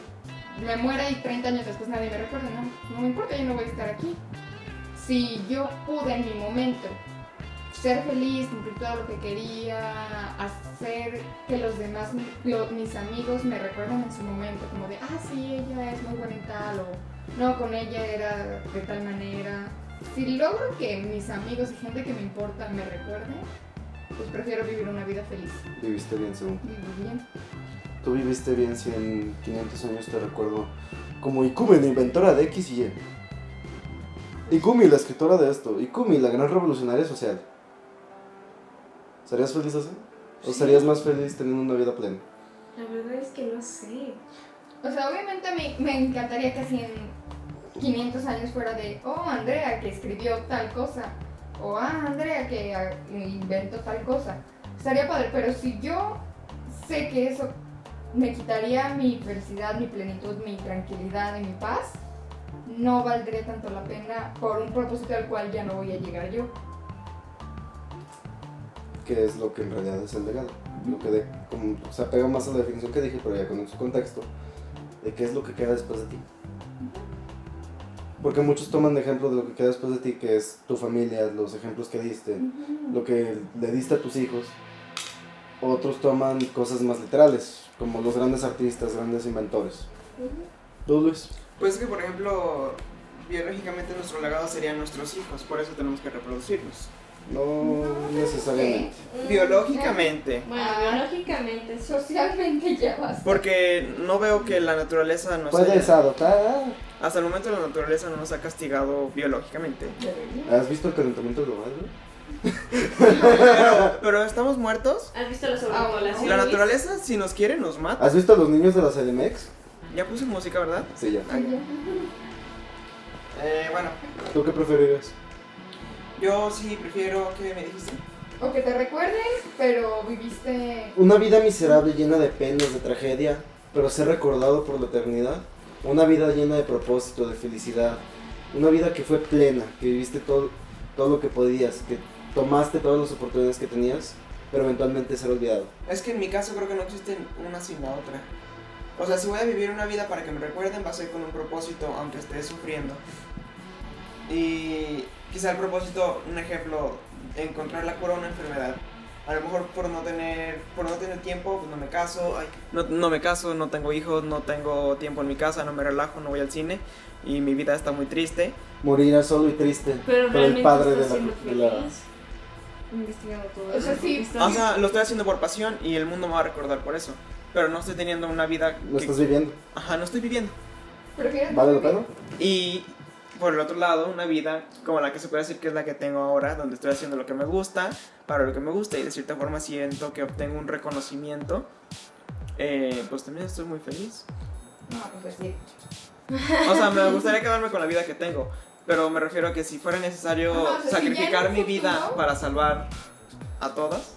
Speaker 5: me muera y 30 años después nadie me recuerde, no, no me importa, yo no voy a estar aquí. Si yo pude en mi momento ser feliz, cumplir todo lo que quería, hacer que los demás, lo- mis amigos me recuerden en su momento, como de, ah, sí, ella es muy buena en tal, o no, con ella era de tal manera. Si logro que mis amigos y gente que me importa me recuerden, pues prefiero vivir una vida feliz.
Speaker 3: Viviste bien, según.
Speaker 5: Vivo bien.
Speaker 3: Tú viviste bien si en 500 años te recuerdo como Ikumi, la inventora de X y Y. Ikumi, la escritora de esto. Ikumi, la gran revolucionaria social. ¿Serías feliz así? ¿O estarías más feliz teniendo una vida plena?
Speaker 4: La verdad es que no sé.
Speaker 5: O sea, obviamente a mí me encantaría que así en 500 años fuera de, oh, Andrea que escribió tal cosa, o ah, Andrea que ah, inventó tal cosa. Estaría padre, pero si yo sé que eso me quitaría mi felicidad, mi plenitud, mi tranquilidad y mi paz, no valdría tanto la pena por un propósito al cual ya no voy a llegar yo.
Speaker 3: que es lo que en realidad es el legado. Lo que de- como, se apega más a la definición que dije, pero ya con su contexto, de qué es lo que queda después de ti. Porque muchos toman de ejemplo de lo que queda después de ti, que es tu familia, los ejemplos que diste, lo que le diste a tus hijos. Otros toman cosas más literales, como los grandes artistas, grandes inventores. ¿Tú, Luis?
Speaker 2: Pues es que, por ejemplo, biológicamente nuestro legado serían nuestros hijos, por eso tenemos que reproducirnos.
Speaker 3: No necesariamente.
Speaker 4: Mm,
Speaker 2: Biológicamente.
Speaker 4: Bueno,
Speaker 5: Ah.
Speaker 4: biológicamente sí.
Speaker 5: Socialmente ya basta.
Speaker 2: Porque no veo que la naturaleza nos
Speaker 3: Puedes
Speaker 2: haya,
Speaker 3: adoptar.
Speaker 2: hasta el momento la naturaleza no nos ha castigado biológicamente.
Speaker 5: Debería.
Speaker 3: ¿Has visto el calentamiento global? güey?
Speaker 2: Pero, pero estamos muertos.
Speaker 4: ¿Has visto la
Speaker 5: Sí,
Speaker 4: sobrepoblación?
Speaker 2: La
Speaker 4: Luis?
Speaker 2: naturaleza si nos quiere nos mata.
Speaker 3: ¿Has visto a los niños de la CDMX?
Speaker 2: Ya puse música, ¿verdad?
Speaker 3: Sí, ya.
Speaker 2: Ah, ya. Eh, bueno,
Speaker 3: ¿Tú qué preferirías?
Speaker 2: yo sí prefiero que me dijiste.
Speaker 5: O que te recuerden, pero viviste
Speaker 3: Una vida miserable llena de penas, de tragedia, pero ser recordado por la eternidad. Una vida llena de propósito, de felicidad. Una vida que fue plena, que viviste todo, todo lo que podías, que tomaste todas las oportunidades que tenías, pero eventualmente ser olvidado.
Speaker 2: Es que en mi caso creo que no existen una sin la otra. O sea, si voy a vivir una vida para que me recuerden, va a ser con un propósito, aunque esté sufriendo. Y quizá el propósito, un ejemplo, encontrar la cura a una enfermedad. A lo mejor por no tener, por no tener tiempo, pues no me caso. ay, no, no me caso, no tengo hijos, no tengo tiempo en mi casa, no me relajo, no voy al cine. Y mi vida está muy triste.
Speaker 3: Morirás solo y triste, pero
Speaker 4: Pero realmente
Speaker 3: el padre de la,
Speaker 4: estás siendo
Speaker 3: de la-
Speaker 4: feliz. Investigando todo
Speaker 5: O sea, sí.
Speaker 2: O sea, lo estoy haciendo por pasión y el mundo me va a recordar por eso. Pero no estoy teniendo una vida
Speaker 3: Lo
Speaker 2: que...
Speaker 3: estás viviendo.
Speaker 2: Ajá, no estoy viviendo.
Speaker 5: Prefieres
Speaker 3: ¿Vale la
Speaker 5: vivir.
Speaker 3: pena?
Speaker 2: Y por el otro lado, una vida como la que se puede decir que es la que tengo ahora, donde estoy haciendo lo que me gusta, para lo que me gusta y de cierta forma siento que obtengo un reconocimiento. eh, pues también estoy muy feliz.
Speaker 5: No, pues sí.
Speaker 2: O sea, me gustaría quedarme con la vida que tengo, pero me refiero a que si fuera necesario
Speaker 5: Ajá, o sea, si ya en un
Speaker 2: sacrificar mi vida
Speaker 5: futuro-
Speaker 2: para salvar a todas,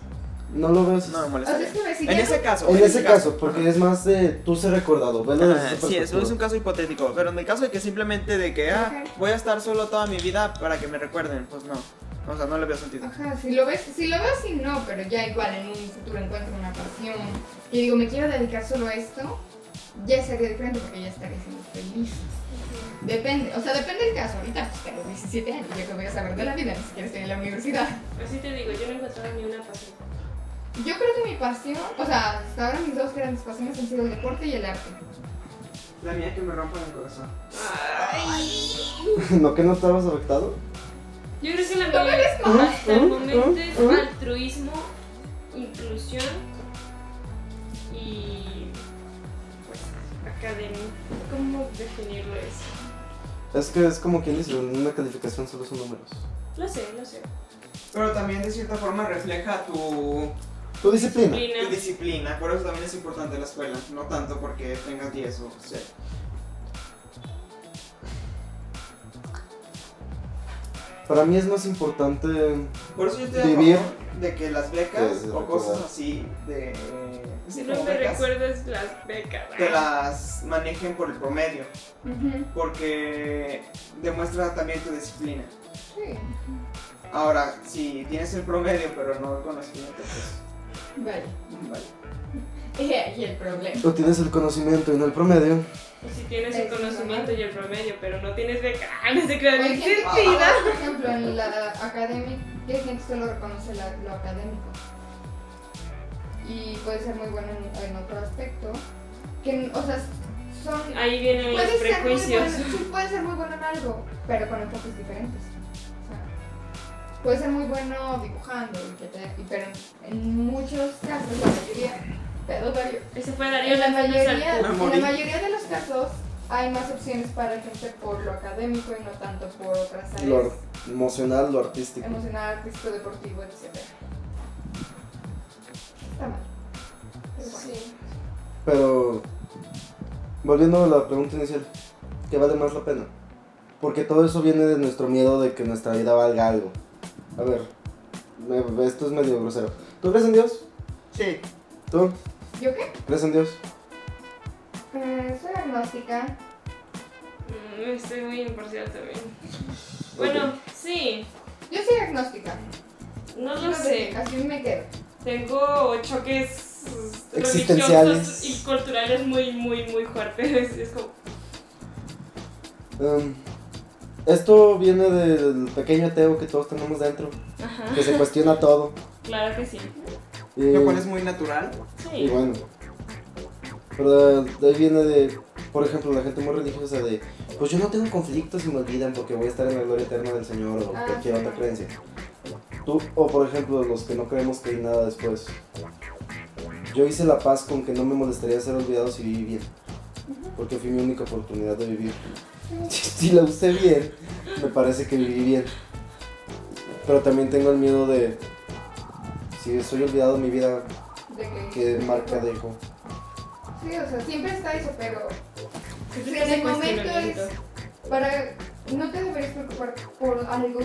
Speaker 3: No lo veo.
Speaker 2: no me
Speaker 5: O sea, es
Speaker 2: molestaría.
Speaker 5: que me si
Speaker 2: En
Speaker 5: ya-
Speaker 2: ese caso,
Speaker 3: En ese caso,
Speaker 2: ajá.
Speaker 3: porque es más de tú ser recordado. Velo desde
Speaker 2: Ah,
Speaker 3: esa
Speaker 2: sí, eso es
Speaker 3: perspectiva.
Speaker 2: un caso hipotético, pero en el caso de que simplemente de que ah, voy a estar solo toda mi vida para que me recuerden, pues no. O sea, no le veo sentido.
Speaker 5: Ajá, si lo ves, si lo veo así no, pero ya igual en un futuro encuentro una pasión y digo, me quiero dedicar solo a esto, ya sería diferente porque ya estaría siendo feliz. Depende, o sea, depende del caso. Ahorita pues, tengo 17 años, yo que voy a saber de la vida, ni siquiera estoy en la universidad.
Speaker 4: Así te digo, yo no he encontrado ni una pasión.
Speaker 5: Yo creo que mi pasión, o sea, hasta ahora mis dos grandes pasiones han sido el deporte y el arte.
Speaker 2: La mía que me rompa el corazón.
Speaker 3: ¿No que no estabas afectado?
Speaker 4: Yo creo que la mía hasta el momento es altruismo, inclusión y pues academia. ¿Cómo definirlo eso?
Speaker 3: Es que es como quien dice, una calificación solo son números.
Speaker 4: No sé, no sé.
Speaker 2: Pero también de cierta forma refleja tu,
Speaker 3: Tu disciplina.
Speaker 2: tu
Speaker 4: Disciplina.
Speaker 2: disciplina, por eso también es importante la escuela, no tanto porque tengas 10 o 6.
Speaker 3: Para mí es más importante.
Speaker 2: Por eso yo estoy a favor
Speaker 3: Vivir.
Speaker 2: de que las becas
Speaker 3: Sí, sí,
Speaker 2: o cosas
Speaker 3: recordar.
Speaker 2: así de...
Speaker 4: Si
Speaker 2: sí,
Speaker 4: no
Speaker 2: como
Speaker 4: me
Speaker 2: becas,
Speaker 4: recuerdas las becas.
Speaker 2: te las manejen por el promedio, porque demuestra también tu disciplina.
Speaker 5: Sí,
Speaker 2: Ahora, si tienes el promedio pero no el conocimiento, pues
Speaker 5: vale.
Speaker 2: vale.
Speaker 5: He ahí el problema.
Speaker 3: Tú tienes el conocimiento y no el promedio.
Speaker 4: Pues si tienes
Speaker 5: Es
Speaker 4: el
Speaker 5: que
Speaker 4: conocimiento
Speaker 5: no.
Speaker 4: y el promedio, pero no tienes beca. Ah, no se crean
Speaker 5: Por
Speaker 4: bien
Speaker 5: ejemplo,
Speaker 4: sentidas.
Speaker 5: por ejemplo, en la académica, hay gente que solo reconoce la- lo académico. Y puede ser muy bueno en, en otro aspecto. Que, o sea, son.
Speaker 4: Ahí vienen los
Speaker 5: Puede ser, muy
Speaker 4: prejuicios.
Speaker 5: bueno, sí, puede ser muy bueno en algo, pero con enfoques diferentes. O sea, puede ser muy bueno dibujando, y que te- y- pero en muchos casos, la mayoría. Pedo, Darío.
Speaker 4: Ese fue Darío
Speaker 5: En la
Speaker 4: lanzando el
Speaker 5: mayoría,
Speaker 4: salto.
Speaker 2: Me
Speaker 5: en
Speaker 2: morí.
Speaker 5: la mayoría de los casos hay más opciones para gente por lo académico y no tanto por otras áreas
Speaker 3: Lo ar- emocional, lo artístico.
Speaker 5: emocional, artístico, deportivo, etc. Está
Speaker 4: Sí.
Speaker 3: Pero volviendo a la pregunta inicial, ¿qué vale más la pena? Porque todo eso viene de nuestro miedo de que nuestra vida valga algo. A ver, me- esto es medio grosero. ¿Tú crees en Dios?
Speaker 7: Sí.
Speaker 3: ¿Tú
Speaker 5: ¿Yo qué?
Speaker 3: crees en Dios?
Speaker 5: Eh, soy agnóstica.
Speaker 4: Mm, Estoy muy imparcial también. Bueno, sí,
Speaker 5: Yo soy agnóstica.
Speaker 4: no
Speaker 5: No
Speaker 4: lo
Speaker 5: sé,
Speaker 4: sé.
Speaker 5: así me quedo.
Speaker 4: Tengo choques
Speaker 3: Existenciales.
Speaker 4: religiosos y culturales muy, muy, muy fuertes. Es como,
Speaker 3: Em, esto viene del pequeño ateo que todos tenemos dentro,
Speaker 4: ajá,
Speaker 3: que se cuestiona todo.
Speaker 4: claro que sí.
Speaker 3: Y,
Speaker 2: Lo cual es muy natural.
Speaker 3: y
Speaker 4: Sí,
Speaker 3: bueno. Pero de, de ahí viene de, por ejemplo, la gente muy religiosa de, pues yo no tengo conflictos y me olvidan porque voy a estar en la gloria eterna del Señor o
Speaker 5: Ah,
Speaker 3: cualquier
Speaker 5: sí.
Speaker 3: otra creencia. Tú, o por ejemplo, los que no creemos que hay nada después. Yo hice la paz con que no me molestaría ser olvidado si viví bien. Porque fue mi única oportunidad de vivir. Si la usé bien, me parece que viví bien. Pero también tengo el miedo de, si soy olvidado mi vida,
Speaker 5: De
Speaker 3: ¿qué marca dejo?
Speaker 5: Sí, o sea, siempre está eso, pero
Speaker 4: creo que
Speaker 5: en
Speaker 4: ese
Speaker 5: el momento
Speaker 4: cuestionamiento.
Speaker 5: es para... No te deberías preocupar por algo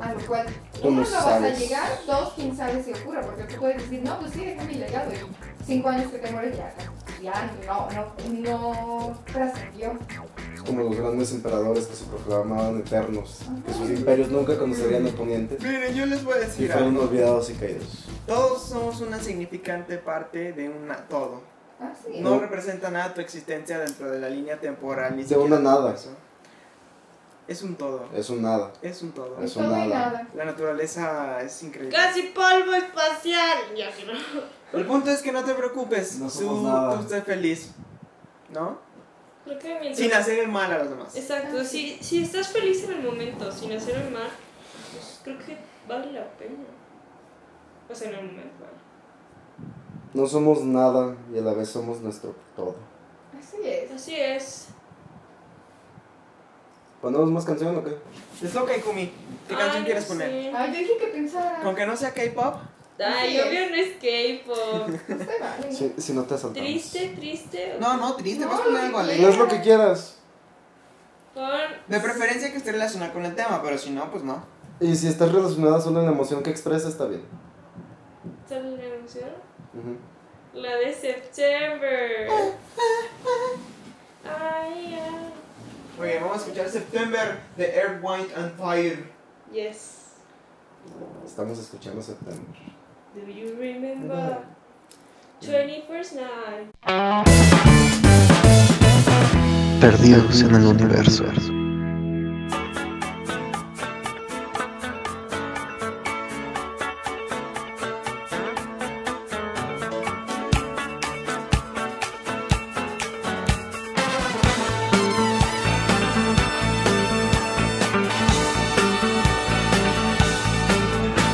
Speaker 5: a lo cual
Speaker 3: Tú
Speaker 5: uno
Speaker 3: no
Speaker 5: no vas
Speaker 3: sabes.
Speaker 5: a llegar, dos, quién sabe si ocurra, porque tú puedes decir, no, pues sí, deja mi legado y cinco años que te mueres ya, ya no, no, no trascendió.
Speaker 3: Es como los grandes emperadores que se proclamaban eternos, que sus imperios nunca conocerían oponentes
Speaker 2: Miren, yo les voy a
Speaker 3: y
Speaker 2: decir
Speaker 3: fueron
Speaker 2: algo.
Speaker 3: olvidados y caídos.
Speaker 2: Todos somos una significante parte de un na- todo.
Speaker 5: Ah, sí.
Speaker 2: No representa nada tu existencia dentro de la línea temporal. Ni
Speaker 3: De
Speaker 2: siquiera
Speaker 3: una nada.
Speaker 2: eso. Es un todo.
Speaker 3: Es un nada.
Speaker 2: Es un todo.
Speaker 5: Y
Speaker 3: eso
Speaker 5: todo y
Speaker 3: nada.
Speaker 5: nada.
Speaker 2: La naturaleza es increíble.
Speaker 4: Casi polvo espacial. Ya que no.
Speaker 2: El punto es que no te preocupes.
Speaker 3: No somos nada.
Speaker 2: tú, tú sé feliz. ¿No?
Speaker 4: Creo que mientras-
Speaker 2: Sin hacer el mal a los demás.
Speaker 4: Exacto, si, si estás feliz en el momento, sin hacer el mal, pues creo que vale la pena. O sea, en el momento, vale.
Speaker 3: No somos nada y a la vez somos nuestro todo.
Speaker 5: Así es.
Speaker 4: Así es.
Speaker 3: ¿Ponemos más canción o qué?
Speaker 2: Te toca, Ikumi. ¿Qué
Speaker 4: Ay,
Speaker 2: canción
Speaker 4: no
Speaker 2: quieres poner?
Speaker 4: sé.
Speaker 5: Ay, yo dije que pensara.
Speaker 2: Con que no sea K-pop,
Speaker 4: Ay,
Speaker 5: Así Ah, es.
Speaker 4: obvio no es K-pop.
Speaker 5: Estoy mal.
Speaker 3: Si, si no te asaltamos.
Speaker 4: Triste, triste.
Speaker 2: No, no, triste, vas
Speaker 5: No,
Speaker 2: con algo
Speaker 5: no,
Speaker 2: alegre.
Speaker 3: No es lo que quieras.
Speaker 4: Con.
Speaker 2: De preferencia que esté relacionado con el tema, pero si no, pues no.
Speaker 3: Y si estás relacionada solo en la emoción que expresa, está bien.
Speaker 4: ¿Sale la emoción?
Speaker 3: Ujú.
Speaker 4: La de September. Ay, ay.
Speaker 2: Muy bien, vamos a escuchar September de Air, Wine and Fire.
Speaker 4: Yes.
Speaker 3: Estamos escuchando septiembre.
Speaker 4: Do you remember?
Speaker 2: Mm.
Speaker 4: 21st night.
Speaker 1: Perdidos en el universo.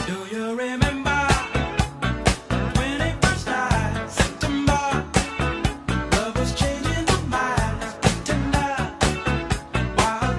Speaker 6: Do you remember when it first started? September, love was changing the minds. Tender, why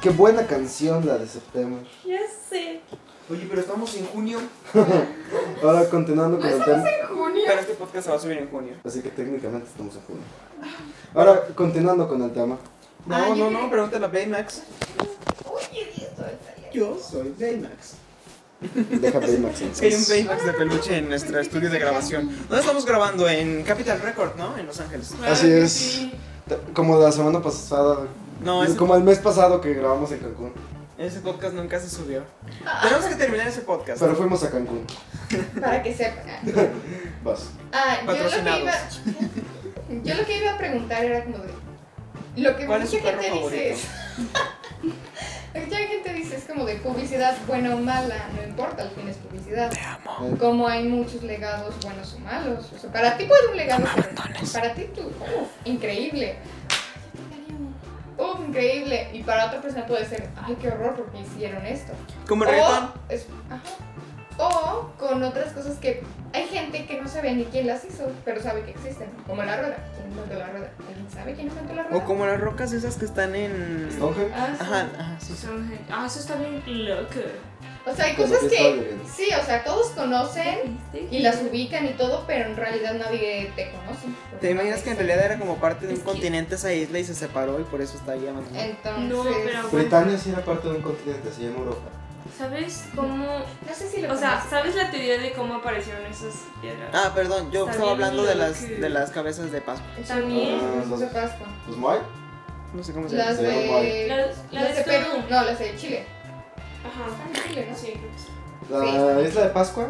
Speaker 3: Qué buena canción la de septiembre.
Speaker 4: Ya sé.
Speaker 2: Oye, pero estamos en junio.
Speaker 3: Ahora continuando
Speaker 5: No
Speaker 3: con el
Speaker 5: estamos
Speaker 3: tema.
Speaker 5: en junio.
Speaker 2: Pero este podcast se va a subir en junio.
Speaker 3: Así que técnicamente estamos en junio. Ahora, continuando con el tema.
Speaker 2: No,
Speaker 5: Ah,
Speaker 2: no,
Speaker 5: yo
Speaker 2: no,
Speaker 5: creo-
Speaker 2: pregúntale a Baymax.
Speaker 5: Oye, Dios, todo está bien.
Speaker 2: Yo soy Baymax.
Speaker 3: Deja Baymax
Speaker 2: Es que hay un
Speaker 3: entonces.
Speaker 2: Baymax de peluche en nuestro estudio de grabación. ¿Dónde estamos grabando? En Capital Record, ¿no? En Los Ángeles.
Speaker 3: Así
Speaker 4: Claro que
Speaker 3: es.
Speaker 4: sí.
Speaker 3: Como la semana pasada.
Speaker 2: No, ese,
Speaker 3: como el mes pasado que grabamos en Cancún.
Speaker 2: ese podcast nunca se subió. Tenemos que terminar ese podcast.
Speaker 3: Pero fuimos a Cancún.
Speaker 5: Ah, Para que sepan.
Speaker 3: Vas.
Speaker 5: Ah, yo lo que
Speaker 2: Patrocinados.
Speaker 5: iba. Yo lo que iba a preguntar era como de. Lo que
Speaker 2: ¿Cuál es
Speaker 5: mucha
Speaker 2: su perro
Speaker 5: gente dice
Speaker 2: favorito?
Speaker 5: es. Lo que mucha gente dice es como de publicidad buena o mala, no importa, al fin es publicidad. Como hay muchos legados buenos o malos. O sea, para ti puede un legado ser- Para ti tú, uff, increíble. Uff, increíble. Y para otra persona puede ser, ay, qué horror porque hicieron esto.
Speaker 2: Como
Speaker 5: O-
Speaker 2: reggaetón.
Speaker 5: es- ajá. O con otras cosas que hay gente que no sabe ni quién las hizo, pero sabe que existen. Como la rueda. ¿Quién inventó la rueda? ¿Alguien sabe quién inventó la
Speaker 4: Oh.
Speaker 5: rueda?
Speaker 2: O como las rocas esas que están en.
Speaker 3: Stonehenge.
Speaker 5: Ah, sí.
Speaker 2: Ajá, ajá, sí, sí.
Speaker 4: Son gen- Ah, eso está bien loco.
Speaker 5: O sea, hay
Speaker 3: Como
Speaker 5: cosas
Speaker 3: que
Speaker 5: que
Speaker 3: estaba lloviendo.
Speaker 5: sí, o sea, todos conocen y las ubican y todo, pero en realidad nadie te conoce.
Speaker 2: ¿Te imaginas que en realidad era como parte de un
Speaker 4: Es que-
Speaker 2: continente esa isla y se separó y por eso está ahí abandonada?
Speaker 5: Entonces,
Speaker 4: No,
Speaker 5: no,
Speaker 4: pero-
Speaker 3: Britania sí era parte de un continente, se llama Europa.
Speaker 4: ¿Sabes cómo?
Speaker 5: sé si lo
Speaker 4: O sea,
Speaker 5: conoces.
Speaker 4: ¿sabes la teoría de cómo aparecieron esas piedras?
Speaker 2: Ah, perdón, yo
Speaker 4: Está
Speaker 2: estaba
Speaker 4: bien
Speaker 2: hablando de
Speaker 4: loco.
Speaker 2: las, de las cabezas de Pascua.
Speaker 4: también.
Speaker 5: Ah, las de Pascua.
Speaker 3: Pues Mike.
Speaker 2: No sé cómo se llama.
Speaker 5: Las
Speaker 3: Sí, guay.
Speaker 5: de.
Speaker 4: Las- las
Speaker 5: las de
Speaker 4: de
Speaker 5: Perú.
Speaker 4: todo.
Speaker 5: No, las de Chile.
Speaker 4: Ajá.
Speaker 5: Están en Chile, ¿no?
Speaker 4: Sí, pues. creo que sí.
Speaker 3: La isla de Pascua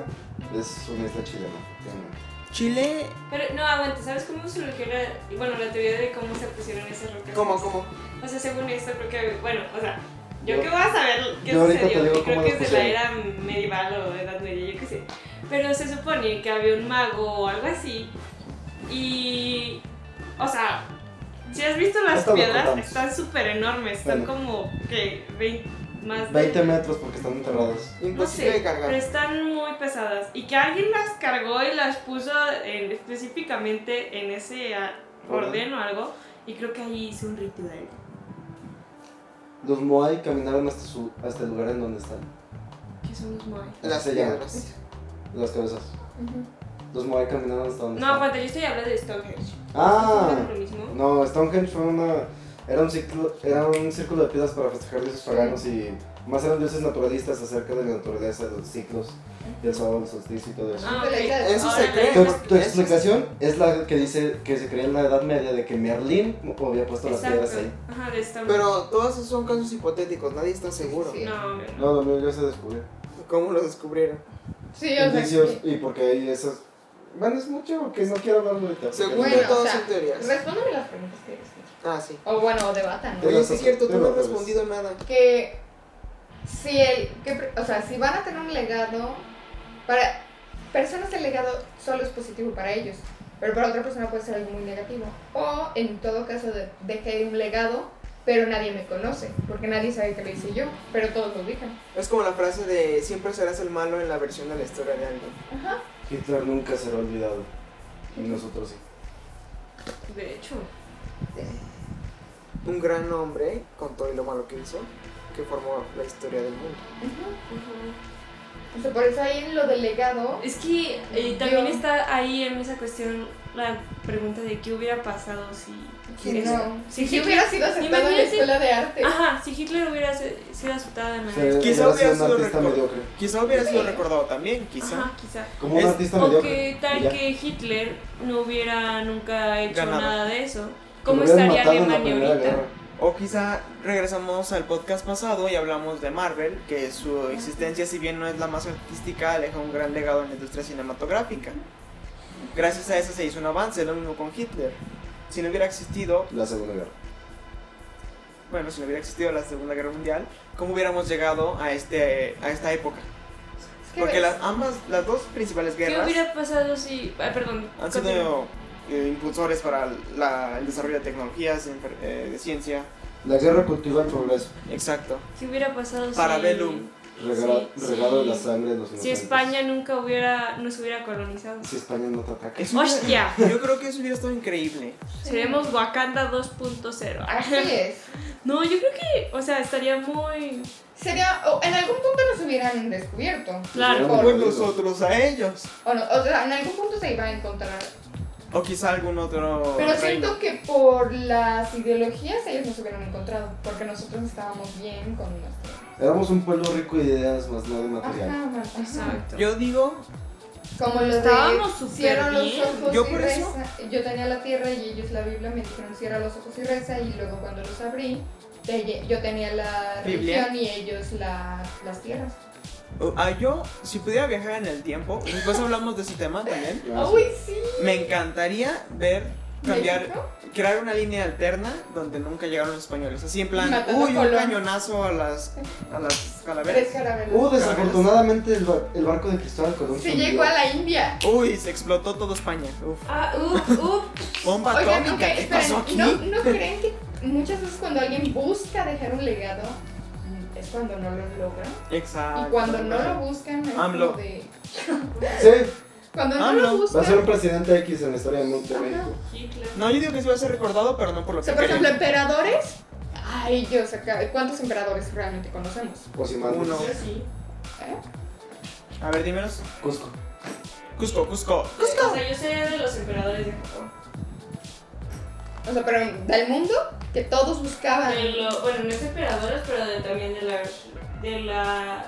Speaker 3: es una isla chilena. efectivamente.
Speaker 2: Chile.
Speaker 4: Pero no, aguanta, ¿sabes cómo surgió la, bueno, la teoría de cómo se pusieron esas rocas?
Speaker 2: ¿Cómo, cómo?
Speaker 4: O sea, según esto, creo que, bueno, o sea, yo,
Speaker 3: Yo-
Speaker 4: que voy a saber qué
Speaker 3: yo ahorita
Speaker 4: sucedió,
Speaker 3: te digo
Speaker 4: que creo
Speaker 3: cómo
Speaker 4: que
Speaker 3: las
Speaker 4: es de la
Speaker 3: pusieron.
Speaker 4: era medieval o de edad media, yo qué sé. Pero se supone que había un mago o algo así. Y, o sea, si has visto las
Speaker 3: Esto lo
Speaker 4: piedras,
Speaker 3: contamos.
Speaker 4: están súper enormes, están
Speaker 3: Bueno.
Speaker 4: como que 20, más de
Speaker 3: 20 metros porque están enterradas.
Speaker 4: no
Speaker 2: Imposible
Speaker 4: sé,
Speaker 2: de cargar.
Speaker 4: pero están muy pesadas. Y que alguien las cargó y las puso en- específicamente en ese ah,
Speaker 3: Orden.
Speaker 4: orden o algo. Y creo que ahí hizo un ritual.
Speaker 3: Los Moai caminaron hasta, su, hasta el lugar en donde están.
Speaker 4: Que son los Moai.
Speaker 3: Así se llaman, Las cabezas.
Speaker 4: Ah,
Speaker 3: Los Moai caminaron hasta donde
Speaker 4: No,
Speaker 3: están.
Speaker 4: aguanta, yo estoy hablando de Stonehenge.
Speaker 3: Ah,
Speaker 4: ¿Es lo mismo?
Speaker 3: no, Stonehenge fue una. Era un, ciclo, era un círculo de piedras para festejar dioses paganos y más eran dioses naturalistas acerca de la naturaleza, de los ciclos, del sábado, del solsticio y todo eso.
Speaker 4: Ah,
Speaker 5: De la
Speaker 4: ok.
Speaker 5: isla de-
Speaker 2: Eso se
Speaker 4: Ahora
Speaker 2: cree.
Speaker 4: la
Speaker 3: Tu,
Speaker 4: isla-
Speaker 3: tu explicación es la que dice que se creía en la Edad Media de que Merlín había puesto las piedras
Speaker 4: Exacto.
Speaker 3: ahí.
Speaker 4: Ajá, de Stonehenge.
Speaker 2: Pero todos esos son casos hipotéticos, nadie está seguro.
Speaker 5: Sí.
Speaker 4: No, hombre, no.
Speaker 3: No, lo mío ya se descubrió.
Speaker 2: ¿Cómo lo descubrieron?
Speaker 5: Sí, o sea.
Speaker 3: Indicios y porque hay esas. Bueno, es mucho que no quiero hablar ahorita. porque-
Speaker 2: Según
Speaker 5: Bueno,
Speaker 2: yo,
Speaker 5: o
Speaker 2: todos
Speaker 5: sea,
Speaker 2: son teorías.
Speaker 5: Respóndeme las preguntas que hiciste.
Speaker 2: Ah, sí.
Speaker 5: O bueno, o debatan. ¿no?
Speaker 3: Te
Speaker 2: Oye,
Speaker 3: las
Speaker 2: sí es
Speaker 3: haces,
Speaker 2: cierto,
Speaker 3: te
Speaker 2: tú no
Speaker 3: las
Speaker 2: has
Speaker 3: haces.
Speaker 2: respondido nada.
Speaker 5: que si el que pre- o sea si van a tener un legado para personas el legado solo es positivo para ellos pero para otra persona puede ser algo muy negativo o en todo caso de, dejé un legado pero nadie me conoce porque nadie sabe que lo hice yo pero todos lo ubican
Speaker 7: Es como la frase de siempre serás el malo en la versión de la historia de alguien.
Speaker 3: Hitler nunca será olvidado. Y nosotros sí.
Speaker 4: De hecho,
Speaker 7: Un gran hombre, con todo y lo malo que hizo, que formó la historia del mundo.
Speaker 4: ajá.
Speaker 5: o sea por eso ahí en lo del legado
Speaker 4: es que eh, también
Speaker 5: Yo-
Speaker 4: está ahí en esa cuestión la pregunta de qué hubiera pasado si.
Speaker 5: que
Speaker 4: eso-
Speaker 5: no si
Speaker 4: Si
Speaker 5: yo
Speaker 4: Hitler-
Speaker 5: hubiera sido aceptado en la
Speaker 4: imagínate-
Speaker 5: escuela de arte
Speaker 4: Ajá, si Hitler hubiera se- sido aceptado en la
Speaker 2: Quizá
Speaker 3: Se- hubiera
Speaker 2: hubiera
Speaker 3: sido
Speaker 2: sido
Speaker 3: un artista
Speaker 2: record-
Speaker 3: mediocre.
Speaker 2: Quizá hubiera sido recordado también, quizá.
Speaker 4: Ajá, quizá.
Speaker 3: Como un
Speaker 2: Es-
Speaker 3: artista
Speaker 4: O
Speaker 3: mediocre.
Speaker 4: que
Speaker 3: y
Speaker 4: tal
Speaker 3: ya.
Speaker 4: que Hitler no hubiera nunca hecho
Speaker 2: Ganado.
Speaker 4: nada de eso.
Speaker 3: Que
Speaker 4: ¿Cómo
Speaker 3: lo hubieran
Speaker 4: estaría
Speaker 3: matado en la
Speaker 4: Alemania
Speaker 3: Primera
Speaker 4: ahorita?
Speaker 3: Guerra.
Speaker 2: O quizá regresamos al podcast pasado y hablamos de Marvel, que su existencia, si bien no es la más artística, deja un gran legado en la industria cinematográfica. Gracias a eso se hizo un avance, lo mismo con Hitler. Si no hubiera existido,
Speaker 3: La Segunda Guerra.
Speaker 2: bueno, si no hubiera existido la Segunda Guerra Mundial, ¿cómo hubiéramos llegado a, este, a esta época?
Speaker 5: Es que
Speaker 2: Porque
Speaker 5: ves,
Speaker 2: las, ambas, las dos principales
Speaker 4: ¿Qué
Speaker 2: guerras
Speaker 4: hubiera pasado si.? Ah, perdón.
Speaker 2: han
Speaker 4: continúa.
Speaker 2: sido eh, impulsores para la- el desarrollo de tecnologías, enfer- eh, de ciencia.
Speaker 3: La guerra cultiva el progreso.
Speaker 2: Exacto.
Speaker 4: ¿Qué hubiera pasado si.
Speaker 2: Parabellum.
Speaker 3: Regala-
Speaker 4: Sí,
Speaker 3: regalo
Speaker 4: sí.
Speaker 3: de la sangre de los
Speaker 4: Si
Speaker 3: inocentes.
Speaker 4: España nunca hubiera, nos hubiera colonizado.
Speaker 3: Si España no te ataca.
Speaker 4: ¡Hostia!
Speaker 2: Yo creo que eso hubiera estado increíble.
Speaker 4: Seremos Wakanda 2.0.
Speaker 5: Así es.
Speaker 4: Ah, No, yo creo que, o sea, estaría muy...
Speaker 5: Sería, o en algún punto nos hubieran descubierto.
Speaker 4: Claro.
Speaker 5: Por-
Speaker 2: Como nosotros a ellos.
Speaker 5: O, no, o sea, en algún punto se iba a encontrar.
Speaker 2: O quizá algún otro.
Speaker 5: Pero
Speaker 2: reino.
Speaker 5: siento que por las ideologías ellos nos hubieran encontrado. Porque nosotros estábamos bien con nuestro.
Speaker 3: Éramos un pueblo rico de ideas, más nada de material.
Speaker 5: Ajá, Marta, ajá.
Speaker 4: Exacto.
Speaker 2: Yo digo,
Speaker 5: Como los
Speaker 4: Estábamos
Speaker 5: de
Speaker 4: súper
Speaker 5: cierra los
Speaker 4: bien.
Speaker 5: ojos
Speaker 2: Yo
Speaker 5: y
Speaker 2: por eso-
Speaker 5: reza. Yo tenía la tierra y ellos la Biblia me dijeron cierra los ojos y reza. Y luego cuando los abrí, te- yo tenía la
Speaker 2: Biblia.
Speaker 5: religión y ellos la- las tierras.
Speaker 2: uh, ah, yo, si pudiera viajar en el tiempo, después hablamos de ese tema también.
Speaker 3: Ah,
Speaker 5: ¡Uy, sí!
Speaker 2: Me encantaría ver cambiar,
Speaker 5: ¿México?
Speaker 2: crear una línea alterna donde nunca llegaron los españoles. Así en plan,
Speaker 5: Matando
Speaker 2: uy, un
Speaker 5: Colón".
Speaker 2: cañonazo a las, a las
Speaker 5: Tres
Speaker 2: calaveras.
Speaker 5: carabelas.
Speaker 3: Uh, desafortunadamente el, bar- el barco de Cristóbal Colón
Speaker 5: Se
Speaker 3: hundió.
Speaker 5: llegó a la India.
Speaker 2: Uy, se explotó todo España. Uf.
Speaker 4: Ah, up, up.
Speaker 2: Bomba
Speaker 5: Oigan,
Speaker 2: atómica,
Speaker 5: ok,
Speaker 2: ¿qué
Speaker 5: esperen,
Speaker 2: pasó aquí?
Speaker 5: ¿no, ¿no creen que muchas veces cuando alguien busca dejar un legado mm, es cuando no lo logran?
Speaker 2: Exacto.
Speaker 5: y cuando no lo buscan es
Speaker 2: Ah, AMLO.
Speaker 5: como de...
Speaker 3: Sí,
Speaker 5: Cuando no
Speaker 2: AMLO.
Speaker 5: lo
Speaker 3: va a ser un
Speaker 5: buscan...
Speaker 3: presidente X en la historia del mundo de México.
Speaker 5: Ajá.
Speaker 4: Hitler.
Speaker 2: No, yo digo que sí va a ser recordado, pero no por lo
Speaker 5: O
Speaker 2: que
Speaker 5: sea, por
Speaker 2: creen.
Speaker 5: ejemplo, emperadores... Ay, Dios, acá- ¿cuántos emperadores realmente conocemos?
Speaker 3: O si más,
Speaker 2: Uno.
Speaker 4: Yo sí.
Speaker 5: ¿Eh?
Speaker 2: A ver, dímelos.
Speaker 3: Cusco.
Speaker 2: Cusco, Cusco.
Speaker 4: O sea, yo sería de los emperadores de Japón.
Speaker 5: O sea, pero del mundo que todos buscaban.
Speaker 4: De lo- bueno, no es emperadores, pero de- también de la, de la,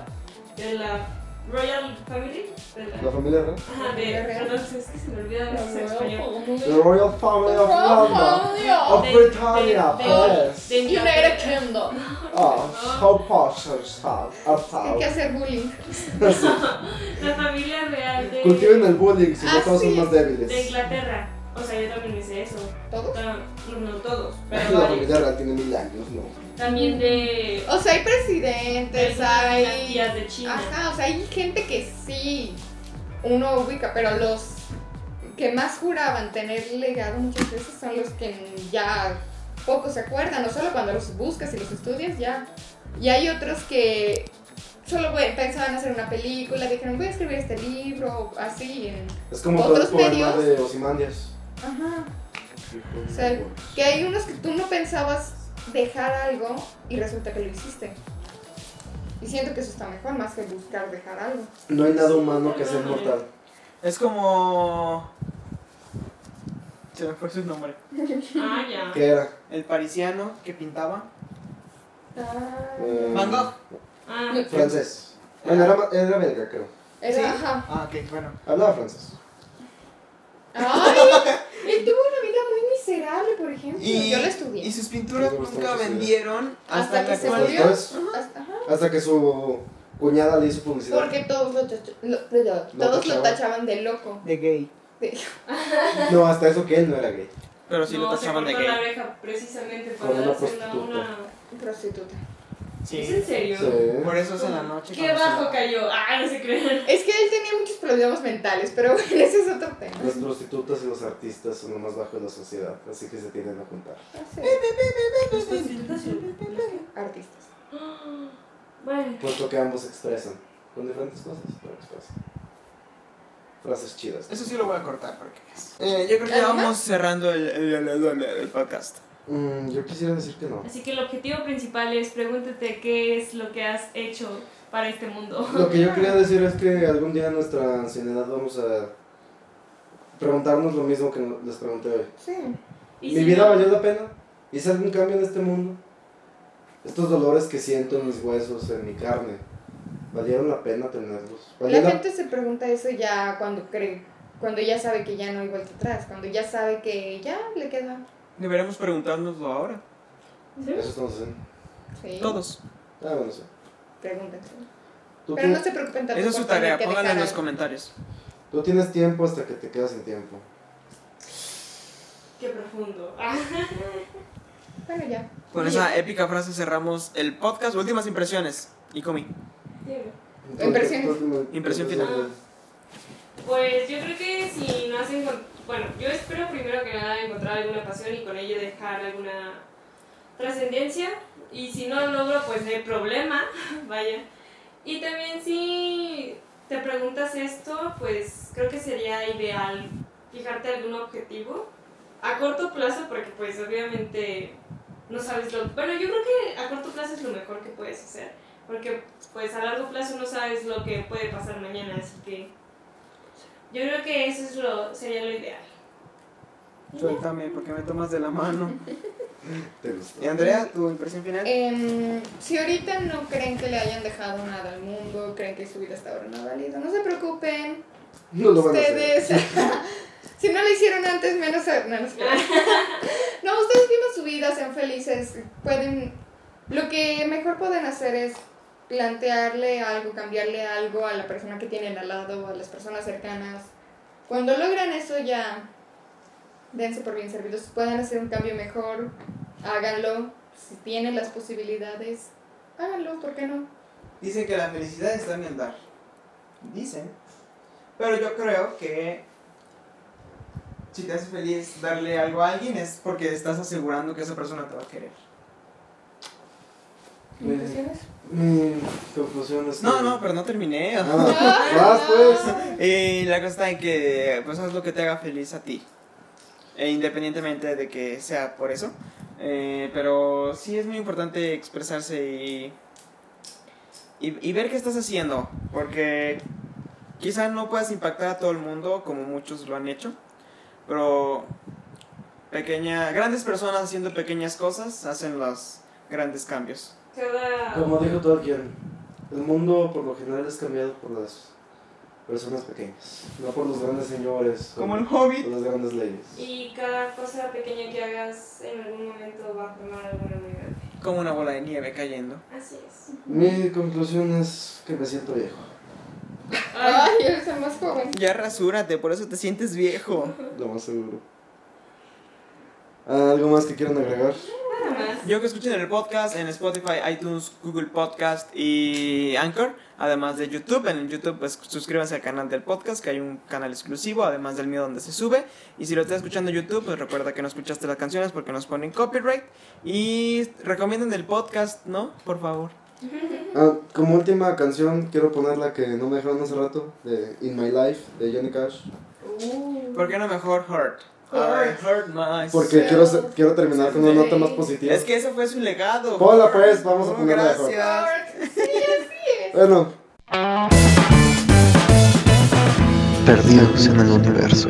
Speaker 4: de la Royal Family. De la,
Speaker 3: La familia real.
Speaker 4: ajá, de, perdón, es que se me olvida
Speaker 5: Lo
Speaker 4: los español.
Speaker 5: nuevo,
Speaker 3: The Royal Family of London.
Speaker 5: Ojo,
Speaker 3: Of
Speaker 4: De-
Speaker 3: Britannia,
Speaker 4: de-
Speaker 3: pues.
Speaker 4: de- de
Speaker 5: Dios.
Speaker 4: Inglaterra.
Speaker 5: United Kingdom.
Speaker 3: Ah, how posh are thou- art
Speaker 5: Hay
Speaker 3: thou?
Speaker 5: que hacer bullying.
Speaker 4: La familia real de,
Speaker 3: Cultiven el bullying, si no
Speaker 5: Ah,
Speaker 3: todos son
Speaker 5: sí.
Speaker 3: más
Speaker 4: de
Speaker 3: débiles.
Speaker 4: Inglaterra. O sea, yo también me sé eso.
Speaker 5: ¿Todos?
Speaker 4: No, no todos, pero
Speaker 3: La
Speaker 4: varios.
Speaker 3: familia real tiene mil años, ¿no?
Speaker 4: También de...
Speaker 5: O sea, hay
Speaker 4: de
Speaker 5: presidentes,
Speaker 4: las
Speaker 5: hay...
Speaker 4: tías de China.
Speaker 5: Ajá, o sea, hay gente que sí uno ubica, pero los que más juraban tener legado muchas veces son los que ya poco se acuerdan, no solo cuando los buscas y los estudias, ya. Y hay otros que solo bueno, pensaban hacer una película, dijeron voy a escribir este libro, o así. en-
Speaker 3: Es como todo el
Speaker 5: ¿Otros
Speaker 3: poema
Speaker 5: medios?
Speaker 3: de pues, Osimandias.
Speaker 5: Ajá. O sea, que hay unos que tú no pensabas dejar algo y resulta que lo hiciste. Y siento que eso está mejor, más que buscar dejar algo.
Speaker 3: No hay nada humano que sea mortal.
Speaker 2: Es como. Se me fue su nombre.
Speaker 4: Ah, ya.
Speaker 3: ¿Qué era?
Speaker 2: El parisiano que pintaba.
Speaker 3: Eh,
Speaker 2: Van Gogh.
Speaker 4: Ah,
Speaker 3: Francés. Bueno, era, ma- era belga, creo.
Speaker 5: Era-
Speaker 2: Sí.
Speaker 5: ajá.
Speaker 2: Ah, ok, bueno.
Speaker 3: Hablaba francés.
Speaker 5: Ay, él tuvo una vida muy miserable, por ejemplo.
Speaker 2: Y-
Speaker 5: Yo la
Speaker 2: Y
Speaker 5: estudié.
Speaker 2: sus pinturas
Speaker 3: Me gusta
Speaker 2: nunca
Speaker 3: mucho esa idea.
Speaker 2: vendieron hasta,
Speaker 5: Hasta
Speaker 2: la
Speaker 5: que se
Speaker 3: Hasta
Speaker 2: actualidad.
Speaker 5: murió.
Speaker 3: después,
Speaker 5: Hasta- ajá.
Speaker 3: hasta que su cuñada le hizo publicidad.
Speaker 5: Porque todos lo, tach- lo- lo- todos lo
Speaker 3: tachaban.
Speaker 5: tachaban de loco.
Speaker 2: De gay.
Speaker 3: No, hasta eso que él no era gay.
Speaker 2: Pero sí lo
Speaker 4: no, se
Speaker 2: tachaban de
Speaker 4: cortó la
Speaker 2: gay.
Speaker 4: oreja precisamente
Speaker 3: Con una
Speaker 4: para hacerla
Speaker 3: prostituta.
Speaker 4: una...
Speaker 5: Prostituta.
Speaker 4: ¿Es
Speaker 2: Sí.
Speaker 4: en serio?
Speaker 3: Sí.
Speaker 2: Por eso es en la noche.
Speaker 4: ¿Qué
Speaker 2: cuando se-
Speaker 4: bajo cayó? Ah, no se creen.
Speaker 5: Es que él tenía muchos problemas mentales, pero bueno, ese es otro tema.
Speaker 3: Las prostitutas y los artistas son lo más bajo de la sociedad, así que se tienen a juntar.
Speaker 5: Así, Artistas.
Speaker 4: Bueno.
Speaker 3: Puesto que ambos expresan con diferentes cosas, pero expresan. Frases chidas.
Speaker 2: Eso sí lo voy a cortar porque es. Eh, yo creo que ya
Speaker 5: ¿Algo más?
Speaker 2: vamos cerrando el, el, el- el- el podcast.
Speaker 3: Mm, yo quisiera decir que no.
Speaker 4: Así que el objetivo principal es pregúntate qué es lo que has hecho para este mundo.
Speaker 3: Lo que yo quería decir es que algún día en nuestra ancianidad vamos a preguntarnos lo mismo que les pregunté hoy.
Speaker 5: Sí.
Speaker 4: Y
Speaker 3: ¿Mi
Speaker 4: si
Speaker 3: vida
Speaker 4: no-
Speaker 3: valió la pena? ¿Hice algún cambio en este mundo? ¿Estos dolores que siento en mis huesos, en mi carne, valieron la pena tenerlos? ¿Valió
Speaker 5: La
Speaker 3: la-
Speaker 5: gente se pregunta eso ya cuando cree, cuando ya sabe que ya no hay vuelta atrás, cuando ya sabe que ya le queda.
Speaker 2: Deberíamos preguntárnoslo ahora.
Speaker 4: ¿Sí?
Speaker 3: Eso estamos haciendo.
Speaker 5: Sí.
Speaker 2: Todos.
Speaker 3: Ah, bueno, sí.
Speaker 5: Pregúntense.
Speaker 3: Tú,
Speaker 5: Pero
Speaker 3: ti-
Speaker 5: no se preocupen tanto.
Speaker 2: Esa es
Speaker 5: por
Speaker 2: su tarea.
Speaker 5: tener que
Speaker 2: Pónganla en
Speaker 5: dejar
Speaker 2: los
Speaker 5: algo.
Speaker 2: comentarios.
Speaker 3: tú tienes tiempo hasta que te quedas sin tiempo.
Speaker 4: Qué profundo. Ah,
Speaker 5: Bueno, ya.
Speaker 2: Con esa épica frase cerramos el podcast. Últimas impresiones. Y comí.
Speaker 4: Diego.
Speaker 5: Impresiones.
Speaker 3: Impresión.
Speaker 2: Impresión final.
Speaker 4: Pues yo creo que si no has encontrado, bueno, yo espero primero que nada encontrar alguna pasión y con ello dejar alguna trascendencia. Y si no lo logro, pues no hay problema, vaya. Y también si te preguntas esto, pues creo que sería ideal fijarte algún objetivo a corto plazo, porque pues obviamente no sabes lo... Bueno, yo creo que a corto plazo es lo mejor que puedes hacer, porque pues a largo plazo no sabes lo que puede pasar mañana, así que yo creo que eso es lo, sería lo ideal.
Speaker 2: Suéltame, porque me tomas de la mano.
Speaker 3: Te gustó.
Speaker 2: Y Andrea, tu impresión final.
Speaker 5: Em, si ahorita no creen que le hayan dejado nada al mundo, creen que su vida hasta ahora no ha valido, no se preocupen.
Speaker 3: No lo van a hacer.
Speaker 5: ustedes, si no lo hicieron antes, menos. a- No, no, es cierto. No, ustedes vivan su vida, sean felices. Pueden. Lo que mejor pueden hacer es plantearle algo, cambiarle algo a la persona que tienen al lado, a las personas cercanas. Cuando logran eso, ya dense por bien servidos. Pueden hacer un cambio mejor, háganlo. Si tienen las posibilidades, háganlo, ¿por qué no?
Speaker 2: Dicen que la felicidad está en el dar. Dicen. Pero yo creo que si te hace feliz darle algo a alguien es porque estás asegurando que esa persona te va a querer.
Speaker 5: ¿Conclusiones?
Speaker 3: Mi conclusión es. que-
Speaker 2: No, no, pero no terminé.
Speaker 3: Ah, vas, pues.
Speaker 2: Y Eh, la cosa está en que pues haz lo que te haga feliz a ti. E independientemente de que sea por eso. Eh, pero sí es muy importante expresarse y, y, y ver qué estás haciendo. Porque quizá no puedas impactar a todo el mundo como muchos lo han hecho. Pero pequeña, grandes personas haciendo pequeñas cosas hacen los grandes cambios.
Speaker 4: Cada...
Speaker 3: Como dijo Tolkien, el mundo por lo general es cambiado por las personas pequeñas, no por los grandes señores. o
Speaker 2: Como el
Speaker 3: por
Speaker 2: hobbit.
Speaker 3: las grandes leyes.
Speaker 4: Y cada cosa pequeña que hagas en algún momento va a formar algo muy grande.
Speaker 2: Como una bola de nieve cayendo.
Speaker 4: Así es.
Speaker 3: Mi conclusión es que me siento viejo.
Speaker 5: Ay, eres el más joven.
Speaker 2: Ya rasúrate, por eso te sientes viejo.
Speaker 3: Lo más seguro. ¿Algo más que quieran agregar?
Speaker 4: Nada más.
Speaker 2: Yo que escuchen el podcast en Spotify, iTunes, Google Podcast y Anchor, además de YouTube. En YouTube, pues suscríbanse al canal del podcast, que hay un canal exclusivo, además del mío donde se sube. Y si lo estás escuchando en YouTube, pues recuerda que no escuchaste las canciones porque nos ponen copyright. Y recomienden el podcast, ¿no? Por favor.
Speaker 3: Ah, como última canción, quiero poner la que no me dejaron hace rato, de In My Life, de Johnny Cash.
Speaker 5: 哦
Speaker 2: ¿Por qué no mejor Hurt? I hurt my
Speaker 3: Porque
Speaker 2: soul.
Speaker 3: quiero, se- quiero terminar con una nota más positiva.
Speaker 2: Es que ese fue su legado.
Speaker 3: Ponla, pues, vamos a
Speaker 2: Oh,
Speaker 3: ponerla de Hurt.
Speaker 2: Gracias.
Speaker 3: Bueno,
Speaker 1: Perdidos en el universo.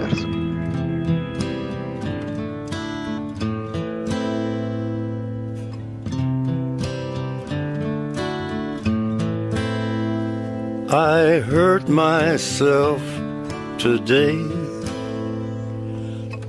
Speaker 8: I hurt myself today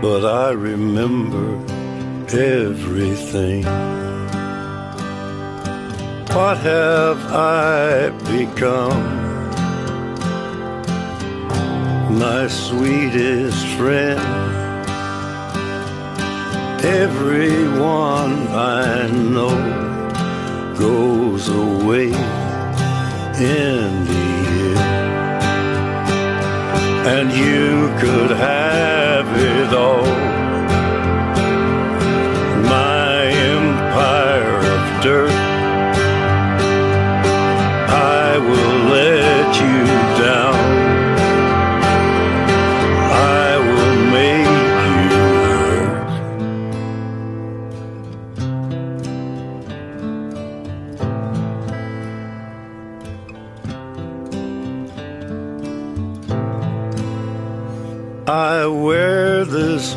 Speaker 8: but I remember everything. What have I become? My sweetest friend. Everyone I know goes away in the end. And you could have it all. My empire of dirt. I will let you down. I will make you hurt. I wear this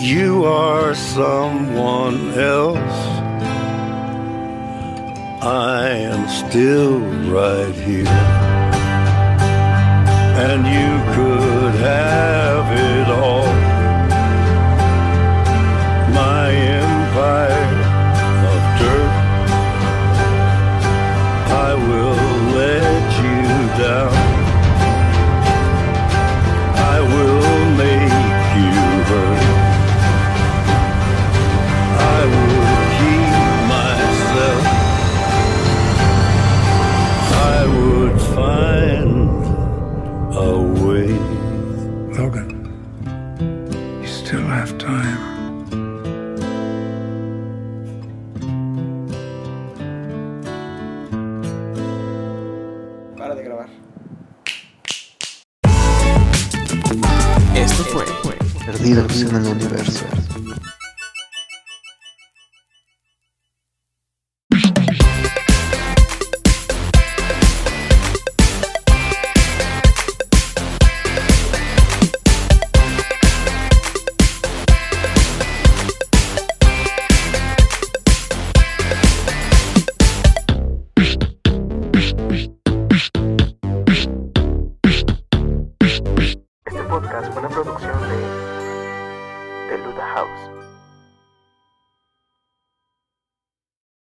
Speaker 8: You are someone else. I am still right here. And you could have it all. My empire of dirt. I will let you down. I will make you hurt. I will keep myself. I would find a way.
Speaker 9: Logan, you still have time.
Speaker 2: Para de grabar.
Speaker 6: Esto fue
Speaker 1: Perdidos en el universo.
Speaker 7: Este podcast fue una producción de The Luda House.